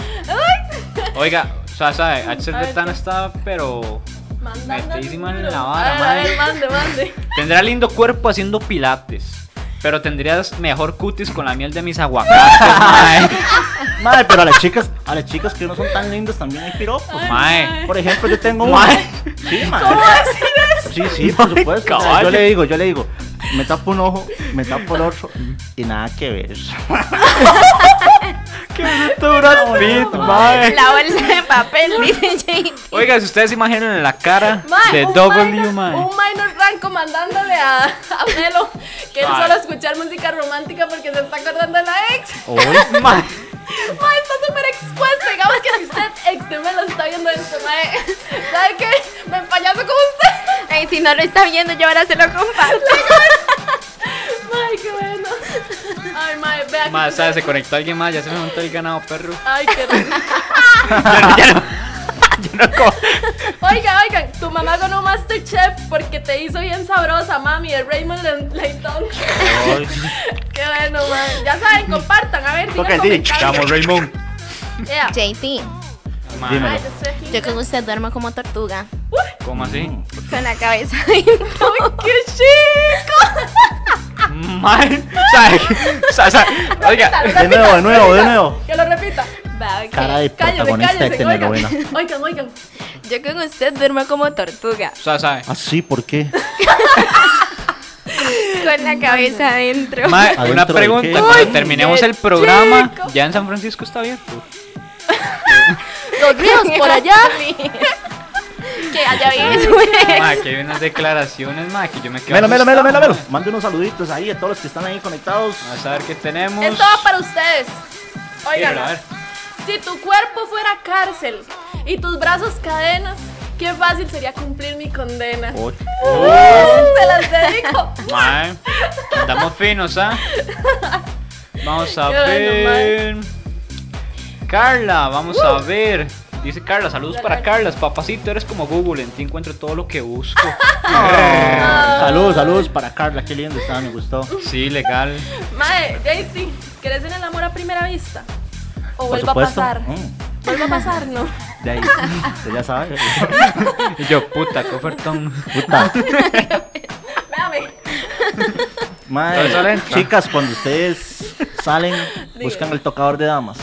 Speaker 2: Oiga, o sea, sabe, Axel
Speaker 3: A ver,
Speaker 2: Betana
Speaker 3: ¿qué?
Speaker 2: está, pero
Speaker 3: Mandando
Speaker 2: Metidísima
Speaker 3: el
Speaker 2: en la
Speaker 3: duro.
Speaker 2: vara,
Speaker 3: A ver, a
Speaker 2: madre.
Speaker 3: ver, mande, mande.
Speaker 2: tendrá lindo cuerpo haciendo pilates, pero tendrías mejor cutis con la miel de mis
Speaker 3: (laughs)
Speaker 2: aguacates, mae.
Speaker 1: Madre, pero a las chicas, a las chicas que no son tan lindas también hay piropos.
Speaker 3: Ay,
Speaker 2: mae.
Speaker 3: mae.
Speaker 1: Por ejemplo, yo tengo un.
Speaker 2: Mae.
Speaker 1: Sí, madre. Sí, sí, por supuesto.
Speaker 2: caballo.
Speaker 1: Yo le digo, yo le digo, me tapo un ojo, me tapo el otro y nada que ver.
Speaker 2: Qué bruto Brad Pitt,
Speaker 1: Ah,
Speaker 2: mae.
Speaker 4: La bolsa de papel, dice JT.
Speaker 2: Oiga, si ustedes se imaginan la cara
Speaker 3: Mae,
Speaker 2: de
Speaker 3: un
Speaker 2: W,
Speaker 3: minor-
Speaker 2: mae.
Speaker 3: Un minor ranco mandándole a, (laughs) a Melo que él
Speaker 2: Ay.
Speaker 3: solo escuchar música romántica porque se está acordando de la ex. (laughs)
Speaker 2: Uy, mae.
Speaker 3: Mae, está súper expuesto. Digamos que si usted ex de Melo está viendo esto, mae, ¿sabe qué? Me empañazo con usted.
Speaker 4: Ay, si no lo está viendo, yo ahora se lo comparto. (laughs)
Speaker 3: Mae, qué bueno. Ay, mae, vea
Speaker 2: Mae,
Speaker 3: que-
Speaker 2: ¿sabes? Se conectó alguien más, ya se me montó el ganado, perro.
Speaker 3: Ay, qué rico.
Speaker 2: Yo no co-
Speaker 3: Oiga, oigan, tu mamá ganó Masterchef porque te hizo bien sabrosa, mami, de Raymond Le- Leighton. Qué bueno, man. Ya saben, compartan, a ver,
Speaker 1: Toca
Speaker 3: sigan
Speaker 1: el dile,
Speaker 3: comentando.
Speaker 1: Raymond.
Speaker 3: Yeah.
Speaker 4: JT,
Speaker 2: Mae,
Speaker 1: Dime.
Speaker 3: Ay, yo estoy aquí.
Speaker 4: yo con usted duermo como tortuga.
Speaker 2: ¿Cómo así?
Speaker 4: Con la cabeza (laughs) dentro.
Speaker 3: ¡Qué chico!
Speaker 2: Mae. ¿Sabes? Oiga,
Speaker 3: Repita,
Speaker 1: De nuevo, de nuevo, de
Speaker 3: repita,
Speaker 1: nuevo.
Speaker 3: Que lo repita.
Speaker 4: Va, ok.
Speaker 1: Cara de
Speaker 3: Cállese,
Speaker 1: protagonista este de
Speaker 3: cállese.
Speaker 1: telenovela.
Speaker 3: Oigan, (laughs) oigan, oigan.
Speaker 4: Yo con usted duermo como tortuga.
Speaker 2: ¿sabes? ¿sabes?
Speaker 1: Ah, sí, ¿por qué?
Speaker 4: Con la cabeza adentro.
Speaker 2: Mae, una
Speaker 1: ¿Adentro de
Speaker 2: pregunta,
Speaker 1: qué?
Speaker 2: cuando
Speaker 1: Uy,
Speaker 2: terminemos
Speaker 3: qué
Speaker 2: el programa,
Speaker 3: chico.
Speaker 2: ya en San Francisco está abierto.
Speaker 3: los ríos por (laughs) allá. que allá viene su ex.
Speaker 2: Ma, que hay unas declaraciones, ma, que yo me quedo.
Speaker 1: Melo, melo, melo,
Speaker 2: asustado,
Speaker 1: melo, melo.
Speaker 2: ma.
Speaker 1: Mande unos saluditos ahí a todos los que están ahí conectados.
Speaker 2: Vamos a ver qué tenemos.
Speaker 3: Es todo para ustedes. Oigan,
Speaker 2: Dígalo, a ver.
Speaker 3: si tu cuerpo fuera cárcel y tus brazos cadenas, qué fácil sería cumplir mi condena. Uh,
Speaker 1: Oh,
Speaker 3: Se las dedico.
Speaker 2: Ma, andamos finos, ¿ah? Vamos a
Speaker 3: (laughs) Qué bueno,
Speaker 2: ver. Carla, vamos
Speaker 3: Uh.
Speaker 2: a ver. Dice Carla, saludos para Carla. Papacito, eres como Google, en ti encuentro todo lo que busco.
Speaker 3: (laughs)
Speaker 1: Saludos, saludos para Carla, qué lindo está, me gustó.
Speaker 2: Sí, legal.
Speaker 3: Mae, Daisy, ¿querés en el amor a primera vista? O vuelva a
Speaker 1: supuesto.
Speaker 3: pasar.
Speaker 1: Mm.
Speaker 3: Vuelva a
Speaker 1: (laughs)
Speaker 3: pasar, no.
Speaker 1: De
Speaker 3: (laughs)
Speaker 1: ahí, usted ya sabe.
Speaker 2: Y yo, puta, cofertón.
Speaker 1: Puta.
Speaker 3: Véame.
Speaker 1: Mae,
Speaker 2: Eso le entra.
Speaker 1: chicas, cuando ustedes salen, buscan
Speaker 3: Diga.
Speaker 1: el tocador de damas.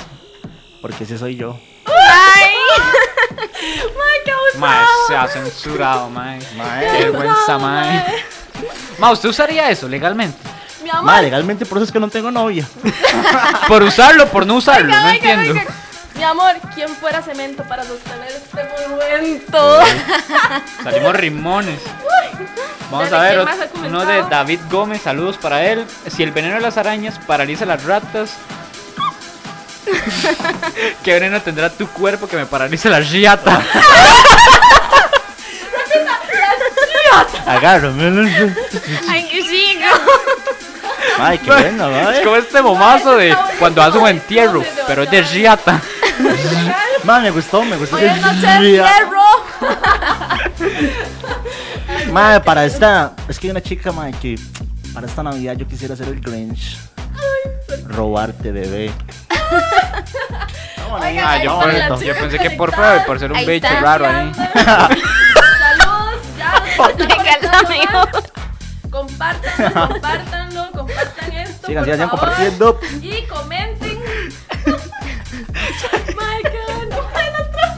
Speaker 1: Porque ese soy yo.
Speaker 3: Ay. (laughs) Mae, qué
Speaker 2: Mae, se
Speaker 3: abusado.
Speaker 2: ha censurado, mae.
Speaker 1: Mae.
Speaker 2: Qué vergüenza,
Speaker 3: Bravo,
Speaker 2: mae.
Speaker 3: Ah. mae.
Speaker 2: Ma, ¿usted usaría eso legalmente?
Speaker 3: Mi amor.
Speaker 1: Mae, legalmente por eso es que no tengo novia.
Speaker 2: Por usarlo, por no usarlo,
Speaker 3: Venga,
Speaker 2: no
Speaker 3: venga,
Speaker 2: entiendo.
Speaker 3: venga. Mi amor, ¿quién fuera cemento para sostener este momento?
Speaker 2: Salimos rimones. Vamos
Speaker 3: Dale,
Speaker 2: a ver
Speaker 3: ¿quién más ha
Speaker 2: ot- uno de
Speaker 3: comentado?
Speaker 2: David Gómez, saludos para él. Si el veneno de las arañas paraliza las
Speaker 3: (laughs)
Speaker 2: ratas, ¿qué veneno tendrá tu cuerpo que me paraliza la riata?
Speaker 1: Ah, Agárrame.
Speaker 4: Ay, qué chico.
Speaker 1: Mae,
Speaker 2: (laughs)
Speaker 1: qué bueno,
Speaker 2: es
Speaker 1: mae.
Speaker 2: como este momazo de
Speaker 3: Está bueno,
Speaker 2: cuando hace un
Speaker 3: está
Speaker 2: entierro,
Speaker 3: bueno.
Speaker 2: pero es de riata.
Speaker 1: Mae, me gustó, me gustó.
Speaker 3: Hoy es noche de fierro.
Speaker 1: Mae, para esta. Es que hay una chica, mae, que para esta Navidad yo quisiera hacer el Grinch. Robarte, bebé. (laughs)
Speaker 3: Oigan,
Speaker 2: Ah,
Speaker 3: ahí
Speaker 2: yo,
Speaker 3: están
Speaker 2: por-
Speaker 3: las
Speaker 2: yo
Speaker 3: chicas
Speaker 2: pensé que por fraude, por ser un
Speaker 4: Ahí
Speaker 2: bicho
Speaker 4: está.
Speaker 2: raro ahí.
Speaker 3: Saludos, ya. los que están
Speaker 4: Regálame
Speaker 3: conectando,
Speaker 4: otro.
Speaker 3: Compártanlo, compártanlo, compartan esto.
Speaker 1: Sigan, sigan,
Speaker 3: por
Speaker 1: sigan
Speaker 3: favor.
Speaker 1: compartiendo.
Speaker 3: Y comenten. Mae, qué bueno. Mae, las tres.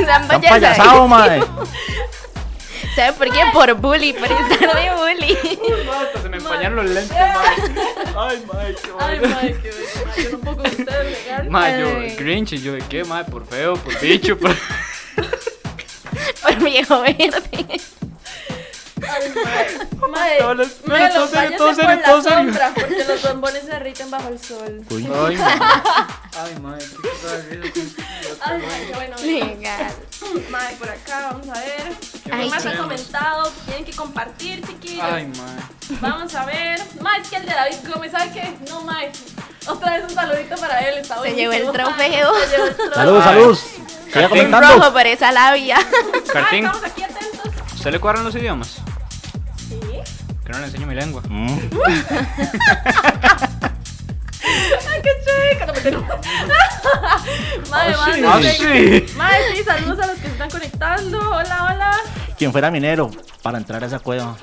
Speaker 4: Están
Speaker 1: Están
Speaker 4: payasadas.
Speaker 1: payasado,
Speaker 2: (laughs)
Speaker 1: mae.
Speaker 4: ¿Sabe por qué? Por bully, por estar de bully. (laughs)
Speaker 2: se me
Speaker 3: empañaron
Speaker 2: los lentes,
Speaker 3: (laughs)
Speaker 2: Ay,
Speaker 3: Ay, mae, qué bueno. mae, Yo no puedo con ustedes, legal.
Speaker 2: Mae, yo,
Speaker 4: Ay.
Speaker 2: Grinch, y yo, ¿de qué, mae? Por feo, por bicho,
Speaker 3: (laughs)
Speaker 2: por...
Speaker 4: Por viejo verde.
Speaker 3: Mae,
Speaker 2: No, los-
Speaker 3: mae,
Speaker 2: pero todo serio, todo
Speaker 3: los váyanse por
Speaker 2: serio,
Speaker 3: la
Speaker 2: todo serio.
Speaker 3: sombra, Porque los bombones se derriten bajo el
Speaker 1: (laughs)
Speaker 3: sol.
Speaker 1: Uy,
Speaker 2: Ay, mae, qué
Speaker 3: Ay, mae, qué bueno.
Speaker 4: Legal.
Speaker 3: Mae, por acá, vamos a ver. ¿Qué
Speaker 4: Ay,
Speaker 3: más han
Speaker 2: tenemos?
Speaker 3: comentado? Tienen que compartir, chiquillos.
Speaker 2: Ay, mae.
Speaker 3: Vamos a ver. Mae, es que el de David Gómez, ¿sabe qué? No, Mae. Otra vez un saludito para él. Está
Speaker 4: Se
Speaker 3: buenísimo,
Speaker 4: llevó el
Speaker 3: mae.
Speaker 4: trofeo.
Speaker 3: Se llevó el trofeo.
Speaker 1: Saludos,
Speaker 2: Ay.
Speaker 1: saludos. Siga
Speaker 2: Cartín
Speaker 1: comentando.
Speaker 4: Rojo por esa labia.
Speaker 3: Mae,
Speaker 2: Cartín,
Speaker 3: estamos aquí atentos.
Speaker 2: ¿usted le cuadran los idiomas?
Speaker 3: Sí.
Speaker 2: Que no le enseño mi lengua.
Speaker 1: Mm.
Speaker 3: Ay, qué chica. No me tengo. (laughs) Mae,
Speaker 1: Ah, sí.
Speaker 2: Ah,
Speaker 3: mae, sí.
Speaker 2: sí.
Speaker 3: Mae, sí, saludos a los que se están conectando. Hola, hola.
Speaker 1: Quien fuera minero para entrar a esa cueva.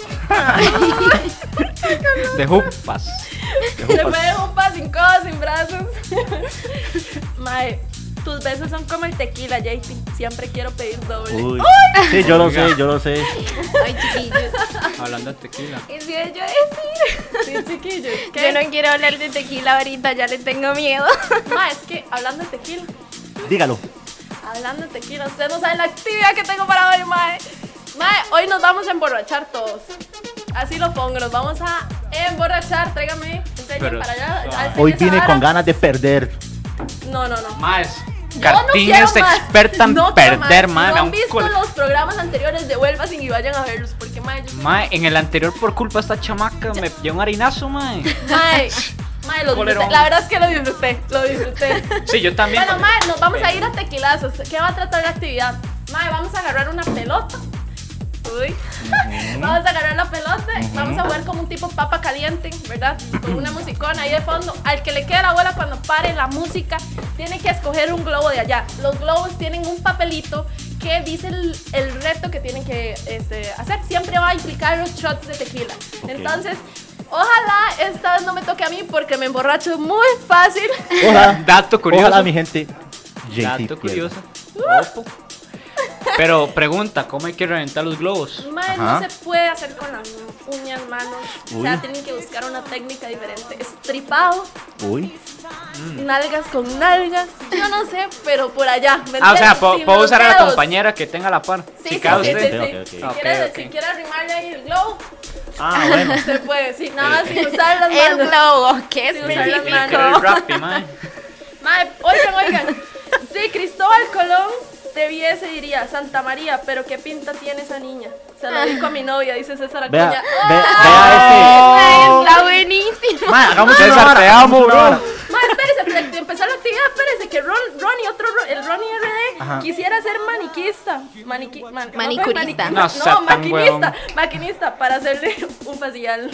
Speaker 2: De jupas.
Speaker 3: (laughs) Se fue un pa sin codos, sin brazos. (laughs) Mae, tus besos son como el tequila, JT. Siempre quiero pedir doble.
Speaker 1: Uy. Sí, yo lo sé, yo lo sé.
Speaker 4: Ay, chiquillos.
Speaker 2: Hablando de tequila.
Speaker 4: ¿Qué iba yo decir?
Speaker 3: Sí, chiquillos.
Speaker 4: Yo no quiero hablar de tequila ahorita, ya le tengo (laughs) miedo.
Speaker 3: Ma, es que hablando de tequila,
Speaker 1: Dígalo.
Speaker 3: hablando de tequila, ustedes no saben la actividad que tengo para hoy, mae. Mae, hoy nos vamos a emborrachar todos. Así lo pongo, nos vamos a emborrachar. Tráigame un tequila
Speaker 2: Pero-
Speaker 3: para allá.
Speaker 2: Ah.
Speaker 3: alcen
Speaker 1: Hoy
Speaker 3: esa
Speaker 1: viene con
Speaker 3: vara.
Speaker 1: ganas de perder.
Speaker 3: No, no, no.
Speaker 2: Más.
Speaker 3: Yo no
Speaker 2: Cartín
Speaker 3: quiero
Speaker 2: es
Speaker 3: más.
Speaker 2: experta en
Speaker 3: No quiero más.
Speaker 2: perder,
Speaker 3: Si
Speaker 2: mae.
Speaker 3: no
Speaker 2: da
Speaker 3: han
Speaker 2: un
Speaker 3: visto
Speaker 2: col-
Speaker 3: los programas anteriores, devuélvanse y vayan a verlos, porque mae, yo-
Speaker 2: Mae, en el anterior por culpa de esta chamaca me dio un harinazo, mae.
Speaker 3: Mae, mae, lo disfruté.
Speaker 2: Colerón.
Speaker 3: La verdad es que lo disfruté, lo disfruté.
Speaker 2: Sí, yo también.
Speaker 3: Bueno, mae, nos vamos a ir a tequilazos. ¿Qué va a tratar la actividad? Mae, vamos a agarrar una pelota. Uy. (laughs) vamos a agarrar la pelota. Vamos a jugar como un tipo papa caliente, ¿verdad? Con una musicona ahí de fondo. Al que le quede la bola cuando pare la música, tiene que escoger un globo de allá. Los globos tienen un papelito que dice el, el reto que tienen que este, hacer. Siempre va a implicar los shots de tequila.
Speaker 1: Ok.
Speaker 3: Entonces, ojalá esta vez no me toque a mí porque me emborracho muy fácil. (laughs)
Speaker 1: Ojalá.
Speaker 2: (laughs) Dato curioso.
Speaker 1: Ojalá, mi gente. JT
Speaker 2: Dato
Speaker 1: pierda.
Speaker 2: curioso. Pero pregunta, ¿cómo hay que reventar los globos?
Speaker 3: Mae, no
Speaker 5: Ajá.
Speaker 3: se puede hacer con las uñas, manos. O sea, tienen que buscar una técnica diferente. Estripado,
Speaker 1: Uy.
Speaker 3: nalgas con nalgas. Yo no sé, pero por allá. ¿me
Speaker 2: Ah, o sea,
Speaker 3: entiendes?
Speaker 2: puedo,
Speaker 3: Sin
Speaker 2: puedo
Speaker 3: los
Speaker 2: usar a la
Speaker 3: dedos.
Speaker 2: compañera que tenga la par.
Speaker 3: Sí, sí, sí,
Speaker 2: Chica,
Speaker 3: sí,
Speaker 2: usted.
Speaker 3: sí,
Speaker 1: Ok, ok, ok.
Speaker 3: sí. Si quieres,
Speaker 2: Ok, ok.
Speaker 3: si quieres arrimarle ahí el
Speaker 1: (laughs)
Speaker 3: globo,
Speaker 1: Ah, bueno.
Speaker 3: se puede. Sí, nada más sin usar las
Speaker 4: El
Speaker 3: manos.
Speaker 4: globo, qué
Speaker 3: Sí, usar las
Speaker 2: Le
Speaker 3: manos.
Speaker 4: específico.
Speaker 2: creo el Rappi, mae.
Speaker 3: Mae, oigan, oigan. Si Cristóbal Colón te viese, diría, Santa María, pero qué pinta tiene esa niña. Se lo dijo a mi novia, dice César
Speaker 1: Vea, este.
Speaker 3: Acuña. Oh,
Speaker 1: ve-
Speaker 2: Ah,
Speaker 1: vea
Speaker 4: Ah, Está buenísimo.
Speaker 2: Mae, hagamos una
Speaker 1: César,
Speaker 2: vara,
Speaker 1: te
Speaker 2: hagamos
Speaker 1: amo,
Speaker 2: una
Speaker 1: bro.
Speaker 2: vara.
Speaker 3: Ma, espérese, antes de empezar la actividad, espérese que Ron, Ronnie, otro Ron- el Ronnie RD,
Speaker 1: Ajá.
Speaker 3: quisiera ser maniquista. Maniqui, man- no,
Speaker 4: Manicurista.
Speaker 3: maniqui-
Speaker 2: No
Speaker 3: No,
Speaker 2: sea tan
Speaker 3: maquinista.
Speaker 2: huevón.
Speaker 3: Maquinista, para hacerle un facial.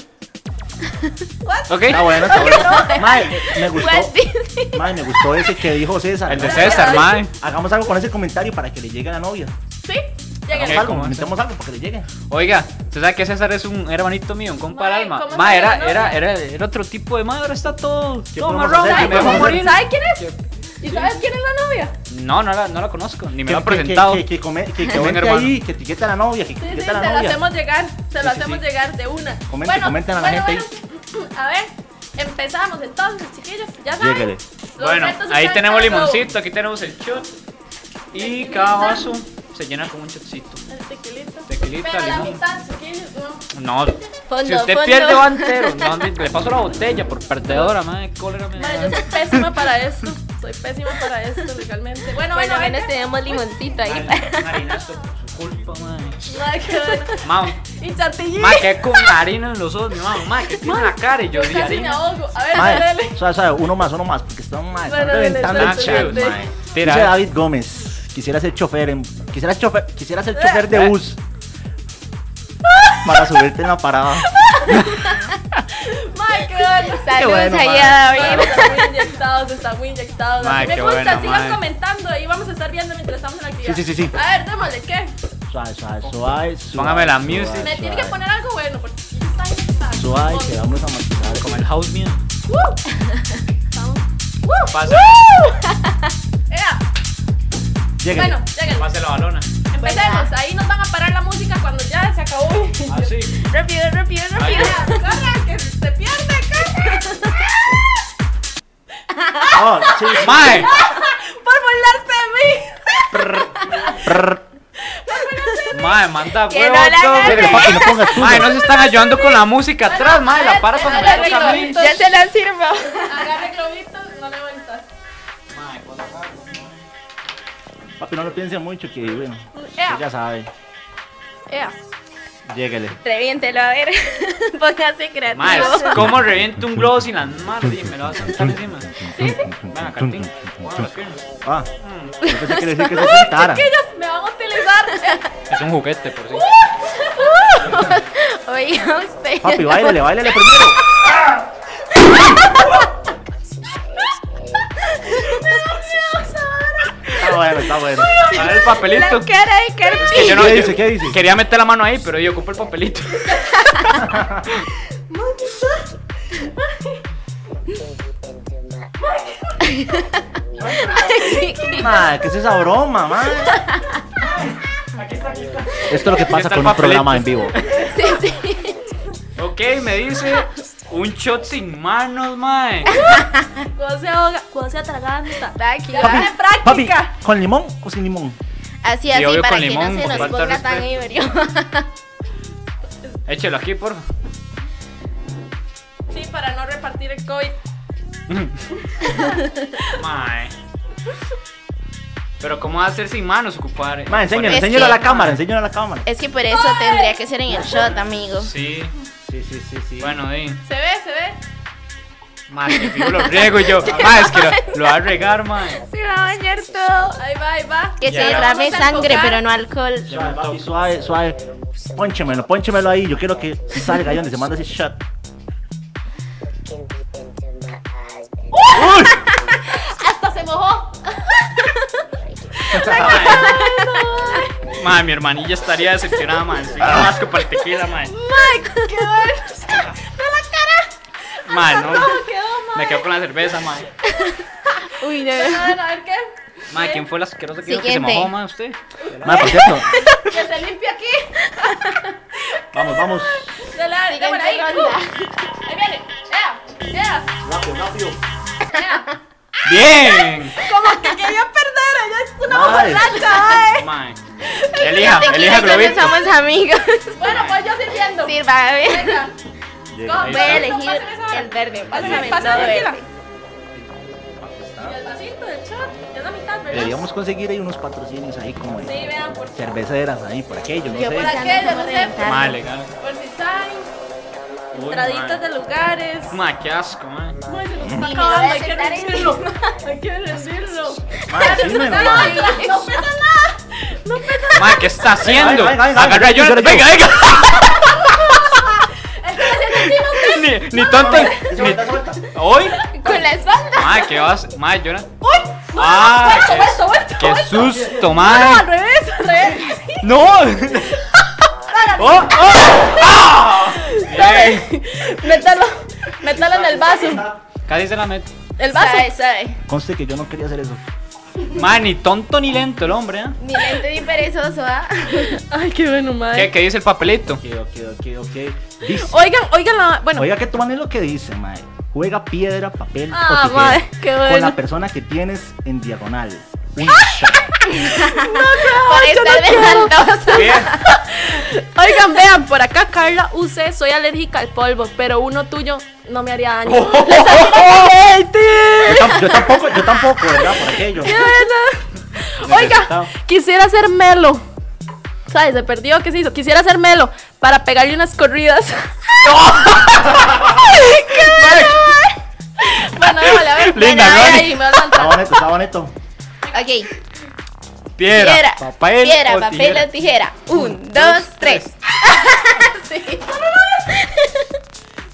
Speaker 2: Ok.
Speaker 1: Está Ah, bueno, está bueno. Mae, me
Speaker 4: Walt
Speaker 1: gustó.
Speaker 4: Disney.
Speaker 1: Mae, me gustó ese que dijo César.
Speaker 2: El de
Speaker 1: Mae,
Speaker 2: César, mae.
Speaker 1: Hagamos algo con ese comentario para que le llegue a la novia.
Speaker 3: ¿Sí? Lleguen.
Speaker 1: Hagamos
Speaker 2: Ok.
Speaker 1: algo,
Speaker 2: ¿cómo hace?
Speaker 1: inventemos algo para que le llegue.
Speaker 2: Oiga, ¿usted sabe que César es un hermanito mío, un compa del
Speaker 3: Mae,
Speaker 2: alma?
Speaker 3: ¿cómo
Speaker 2: Mae,
Speaker 3: se
Speaker 2: era,
Speaker 3: llama?
Speaker 2: era, era, era otro tipo de mae, ahora está todo,
Speaker 1: ¿Qué
Speaker 2: todo
Speaker 1: podemos
Speaker 2: marrón.
Speaker 1: hacer?
Speaker 2: mae,
Speaker 1: ¿Qué
Speaker 2: me voy a
Speaker 1: podemos
Speaker 2: morir.
Speaker 1: hacer?
Speaker 3: ¿Sabe quién es? ¿Y sabes quién es la novia?
Speaker 2: No, no la, no la conozco, ni me
Speaker 1: Que-
Speaker 2: lo han
Speaker 1: que-
Speaker 2: presentado.
Speaker 1: Que, que, come- que, que
Speaker 2: Buen
Speaker 1: comente
Speaker 2: hermano.
Speaker 1: ahí, que etiquete a la novia, que
Speaker 3: Sí, sí,
Speaker 1: etiquete
Speaker 3: se
Speaker 1: a la
Speaker 3: la
Speaker 1: novia.
Speaker 3: hacemos llegar, se
Speaker 2: Sí,
Speaker 3: la
Speaker 2: sí,
Speaker 3: hacemos
Speaker 2: sí.
Speaker 3: llegar de una.
Speaker 1: Comente, comenten a la gente ahí.
Speaker 3: bueno. A ver, empezamos entonces, chiquillos. Ya saben.
Speaker 1: Lléguele.
Speaker 3: los
Speaker 2: Bueno,
Speaker 3: retos
Speaker 2: ahí
Speaker 3: están
Speaker 2: tenemos
Speaker 3: en el globo.
Speaker 2: limoncito, aquí tenemos el shot. Y cada vaso se llena con un shotcito.
Speaker 3: El tequilito.
Speaker 2: Tequilita,
Speaker 3: Pero la
Speaker 2: limón.
Speaker 3: mitad, chiquillos,
Speaker 2: No,
Speaker 3: no.
Speaker 4: Fondo,
Speaker 2: si usted
Speaker 4: fondo.
Speaker 2: pierde va entero, no, ni- le paso la botella por perdedora, madre, cólera me da.
Speaker 3: Madre, yo soy pésima para esto. Soy pésima para esto, legalmente. Bueno,
Speaker 4: Por
Speaker 3: bueno, bueno.
Speaker 4: lo menos tenemos limoncito ahí.
Speaker 2: Mar- Marinazo por su culpa, madre.
Speaker 3: Ay, qué bueno.
Speaker 2: Mam,
Speaker 3: Y chantilly.
Speaker 2: ma, que con harina en los ojos, mi mamá, ma, que tiene la cara y yo di
Speaker 3: Casi me
Speaker 2: harina.
Speaker 3: ahogo. A ver,
Speaker 1: Mae,
Speaker 3: dale.
Speaker 1: suave, suave, uno más, uno más, porque están, mae, están
Speaker 3: Bueno, dale,
Speaker 1: reventando
Speaker 3: dale,
Speaker 1: el
Speaker 3: dale,
Speaker 1: chat,
Speaker 3: dale.
Speaker 1: mae.
Speaker 2: Tira.
Speaker 1: Dice David Gómez, quisiera ser chofer, en- quisiera, chofer, quisiera ser chofer de
Speaker 2: Eh.
Speaker 1: bus para subirte en la parada.
Speaker 3: Mae, qué bueno.
Speaker 4: Saludos
Speaker 2: bueno,
Speaker 4: ahí
Speaker 2: madre.
Speaker 4: a David.
Speaker 3: Están muy inyectados, están muy inyectados.
Speaker 2: Mae,
Speaker 3: Así me
Speaker 2: qué
Speaker 3: gusta,
Speaker 2: bueno,
Speaker 3: sigan
Speaker 2: mae.
Speaker 3: comentando. Ahí vamos a estar viendo mientras estamos en la actividad.
Speaker 1: Sí, sí, sí, sí.
Speaker 3: A ver, démosle, ¿qué?
Speaker 1: Suave, suave, suave, suave.
Speaker 2: Póngame la
Speaker 1: suave,
Speaker 2: music.
Speaker 3: Me tiene
Speaker 1: suave.
Speaker 3: que poner algo bueno porque ya está inyectado.
Speaker 1: Suave, que vamos a matizar
Speaker 2: Como el house mío.
Speaker 3: ¡Woo! Vamos. ¡Woo!
Speaker 2: Pasa,
Speaker 3: ¡Ea!
Speaker 1: Lleguen.
Speaker 3: Bueno, lleguen.
Speaker 2: pase la balona.
Speaker 4: (laughs)
Speaker 3: Empecemos, ahí nos van a parar la música cuando ya se acabó.
Speaker 2: Así.
Speaker 4: Rápido, rápido,
Speaker 2: Ay,
Speaker 3: Corran,
Speaker 4: rápido.
Speaker 3: corran, que se pierde, corran.
Speaker 1: Ah,
Speaker 2: (laughs)
Speaker 1: sí, sí.
Speaker 2: Mae,
Speaker 4: (laughs)
Speaker 3: Por burlarse de mí.
Speaker 1: Prr.
Speaker 2: mae, manda
Speaker 4: Que
Speaker 2: huevo.
Speaker 4: no la
Speaker 2: todo.
Speaker 4: agarre.
Speaker 1: Lleguen, papi, no pongas tú.
Speaker 2: Mae, no se están ayudando con la música atrás, mae, la
Speaker 3: Bueno,
Speaker 2: para
Speaker 3: a
Speaker 2: cuando
Speaker 3: ver,
Speaker 2: me
Speaker 3: a ver,
Speaker 2: toca a mí.
Speaker 3: Ricardito.
Speaker 4: Ya se la sirvo.
Speaker 3: Agarre globitos, no le voy a entrar.
Speaker 1: Papi, no lo piense mucho, que bueno, usted ya
Speaker 3: Ea,
Speaker 1: sabe.
Speaker 3: ea.
Speaker 1: Lléguele.
Speaker 4: Reviéntelo, a ver. (laughs) Póngase creativo. (laughs)
Speaker 2: Mae, ¿cómo reviento un globo sin las manos? Dime, me lo vas a sentar encima. Venga, Cartín. Mueva las piernas.
Speaker 1: Ah, yo pensé que le decía que se sentara.
Speaker 3: Chiquillos, me van a
Speaker 4: (laughs)
Speaker 3: utilizar.
Speaker 2: Es un juguete, por si.
Speaker 4: Oiga usted.
Speaker 1: Papi,
Speaker 4: (laughs)
Speaker 1: bailele, bailele primero. Está bueno, está bueno.
Speaker 2: A ver el
Speaker 4: La
Speaker 2: papelito.
Speaker 4: cara de Carpi.
Speaker 2: Yo no-
Speaker 1: ¿Qué
Speaker 2: yo
Speaker 1: dice? ¿Qué dice?
Speaker 2: Quería meter la mano ahí, pero yo ocupé el papelito. (laughs)
Speaker 1: Madre, ¿qué es esa broma, madre? Esto es lo que pasa
Speaker 2: está
Speaker 1: con
Speaker 2: el
Speaker 1: un programa en vivo.
Speaker 4: Sí, sí.
Speaker 2: Ok, me dice un shot sin manos, mae.
Speaker 3: Cuando se ahoga, cuando se atraganta.
Speaker 4: Está aquí.
Speaker 3: Papi. Dale
Speaker 1: Papi,
Speaker 3: práctica.
Speaker 1: ¿con limón o sin limón?
Speaker 4: Así,
Speaker 2: Sí,
Speaker 4: así,
Speaker 2: obvio,
Speaker 4: para
Speaker 2: con
Speaker 4: que
Speaker 2: limón,
Speaker 4: no se
Speaker 2: porque
Speaker 4: nos
Speaker 2: falta
Speaker 4: ponga tan ebrio. (laughs)
Speaker 2: Échelo aquí, por favor.
Speaker 3: Sí, para no repartir el COVID.
Speaker 2: (laughs) Mae. Pero ¿cómo va a ser sin manos ocupar?
Speaker 1: Madre, enséñalo,
Speaker 4: Es
Speaker 1: enséñalo a
Speaker 4: que-
Speaker 1: la cámara, enséñalo a la cámara.
Speaker 4: Es que por eso tendría que ser en el shot, amigo.
Speaker 2: Sí,
Speaker 1: Sí, sí, sí, sí.
Speaker 2: bueno, di.
Speaker 3: Se ve, se ve.
Speaker 2: Mae, que fijo lo riego yo. Mae, es que lo, lo va a regar, mae.
Speaker 4: Se va a bañar todo.
Speaker 3: Ahí va, ahí va.
Speaker 4: Que
Speaker 2: Ya.
Speaker 4: se derrame
Speaker 3: Vamos a
Speaker 4: sangre,
Speaker 3: enfocar.
Speaker 4: pero no alcohol.
Speaker 1: Suave, papi, suave, suave. Pónchemelo, pónchemelo ahí. Yo quiero que salga ahí donde se manda ese shot. ¡Uy!
Speaker 3: Hasta se mojó.
Speaker 2: Mae. Mae, mi hermanilla estaría decepcionada, mae. Si no más que para el tequila, mae.
Speaker 3: Qué bueno.
Speaker 2: Mae, no.
Speaker 3: ¿Cómo quedó,
Speaker 2: Me
Speaker 3: mae?
Speaker 2: quedo con la cerveza, mae.
Speaker 4: Uy, no.
Speaker 3: A ver, a ver qué.
Speaker 2: Mae, ¿quién fue el asqueroso que dijo que se
Speaker 4: Siguiente.
Speaker 2: mojó, mae, usted?
Speaker 1: Mae, por cierto,
Speaker 3: Que se limpie aquí.
Speaker 1: vamos, vamos.
Speaker 3: De la de por ahí.
Speaker 4: Siguiente ronda.
Speaker 3: Uh, ahí viene. Ea, ea,
Speaker 1: Rápido, rápido.
Speaker 3: ea.
Speaker 2: ¡Bien!
Speaker 3: Como que quería perder, ella es una
Speaker 1: Madre.
Speaker 3: borracha, eh.
Speaker 2: Mae. Elija,
Speaker 4: Te
Speaker 2: elija
Speaker 4: quiero,
Speaker 2: globito.
Speaker 4: somos amigos. (laughs)
Speaker 3: Bueno, pues yo sirviendo.
Speaker 4: Sí, va a ver.
Speaker 3: Venga.
Speaker 1: Llega, ahí
Speaker 4: Voy
Speaker 1: está.
Speaker 4: a elegir
Speaker 3: Pásame esa hora.
Speaker 4: el verde.
Speaker 3: Pásame,
Speaker 4: Pásame,
Speaker 3: pásame,
Speaker 4: todo
Speaker 3: tranquila.
Speaker 4: verde.
Speaker 3: Y el vasito del shot, ya es la mitad, ¿verdad?
Speaker 1: Deberíamos conseguir ahí unos patrocinios ahí como de
Speaker 3: Sí, vean, por si
Speaker 1: cerveceras ahí, por aquello, no
Speaker 4: Yo
Speaker 1: sé.
Speaker 4: por
Speaker 3: Por aquello, no sé.
Speaker 4: Reventar.
Speaker 2: Mae, legal.
Speaker 3: Por si saben,
Speaker 2: Uy, mae.
Speaker 3: entraditas de lugares.
Speaker 2: Mae, qué asco, mae.
Speaker 3: Ay, se nos está
Speaker 4: me voy a
Speaker 3: acabando, hay que
Speaker 4: sentar en- (laughs)
Speaker 3: rendirlo. Hay que rendirlo.
Speaker 1: Mae, sí, me-
Speaker 3: No,
Speaker 1: mae.
Speaker 3: no, no pesa nada. No pesa
Speaker 2: Mae, ¿qué está haciendo?
Speaker 1: Ay, ay, ay, ay,
Speaker 2: Agarra
Speaker 1: ay,
Speaker 2: yo.
Speaker 1: yo le-
Speaker 2: Venga, venga. (laughs)
Speaker 3: nada. El que se siente así, no
Speaker 2: Ni, ni tonto. ni-
Speaker 1: Suelta, suelta.
Speaker 2: ¿Hoy?
Speaker 4: Con la espalda.
Speaker 2: Mae, ¿qué vas? Mae, yo no-
Speaker 3: ¡Uy! No,
Speaker 2: Ah,
Speaker 3: no,
Speaker 2: qué-
Speaker 3: vuelto, vuelto, vuelto,
Speaker 2: ¡Qué
Speaker 3: vuelto.
Speaker 2: susto,
Speaker 3: No, al
Speaker 2: mae!
Speaker 3: revés, al revés. Sí,
Speaker 2: ¡No! (laughs) ¡Oh! ¡Oh! ¡Ah! Bien.
Speaker 3: Métalo, métalo en el vaso.
Speaker 2: Casi se la mete.
Speaker 3: El vaso.
Speaker 4: Sabe, sabe.
Speaker 1: Conste que yo no quería hacer eso.
Speaker 2: Mae, ni tonto ni lento el hombre, ¿eh?
Speaker 4: Ni lento ni perezoso, (laughs) ¿ah?
Speaker 3: (laughs) Ay, qué bueno,
Speaker 2: ¿Qué,
Speaker 3: madre.
Speaker 2: qué dice el papelito?
Speaker 1: Ok, ok, ok, ok. Dice-
Speaker 3: Oigan, oigan la. Bueno,
Speaker 1: Oiga, que tú manes lo que dice, mae. Juega piedra, papel
Speaker 3: Ah,
Speaker 1: o tijera
Speaker 3: mae, qué
Speaker 1: con
Speaker 3: bueno. ¡Ah!
Speaker 1: la persona que tienes en diagonal. Un shot.
Speaker 4: Por estar demandoso.
Speaker 2: Bien.
Speaker 3: (laughs) oigan, vean, por acá Carla UC, soy alérgica al polvo, pero uno tuyo no me haría daño.
Speaker 1: Oh, Yo, tam- yo tampoco, yo tampoco, ¿verdad? Por aquello.
Speaker 3: Oiga, quisiera ser melo. ¿Sabes? Se perdió, ¿qué se hizo? Quisiera ser melo para pegarle unas corridas. (laughs) bueno, déjale, a ver.
Speaker 2: Linda,
Speaker 3: bueno, a ver
Speaker 2: Ronnie.
Speaker 3: ahí, me voy
Speaker 1: Está bonito, está bonito.
Speaker 4: Ok.
Speaker 2: Piedra,
Speaker 4: Piedra,
Speaker 2: papel,
Speaker 4: piedra,
Speaker 2: o
Speaker 4: papel
Speaker 2: tijera.
Speaker 4: o tijera. Un, dos, tres. Sí.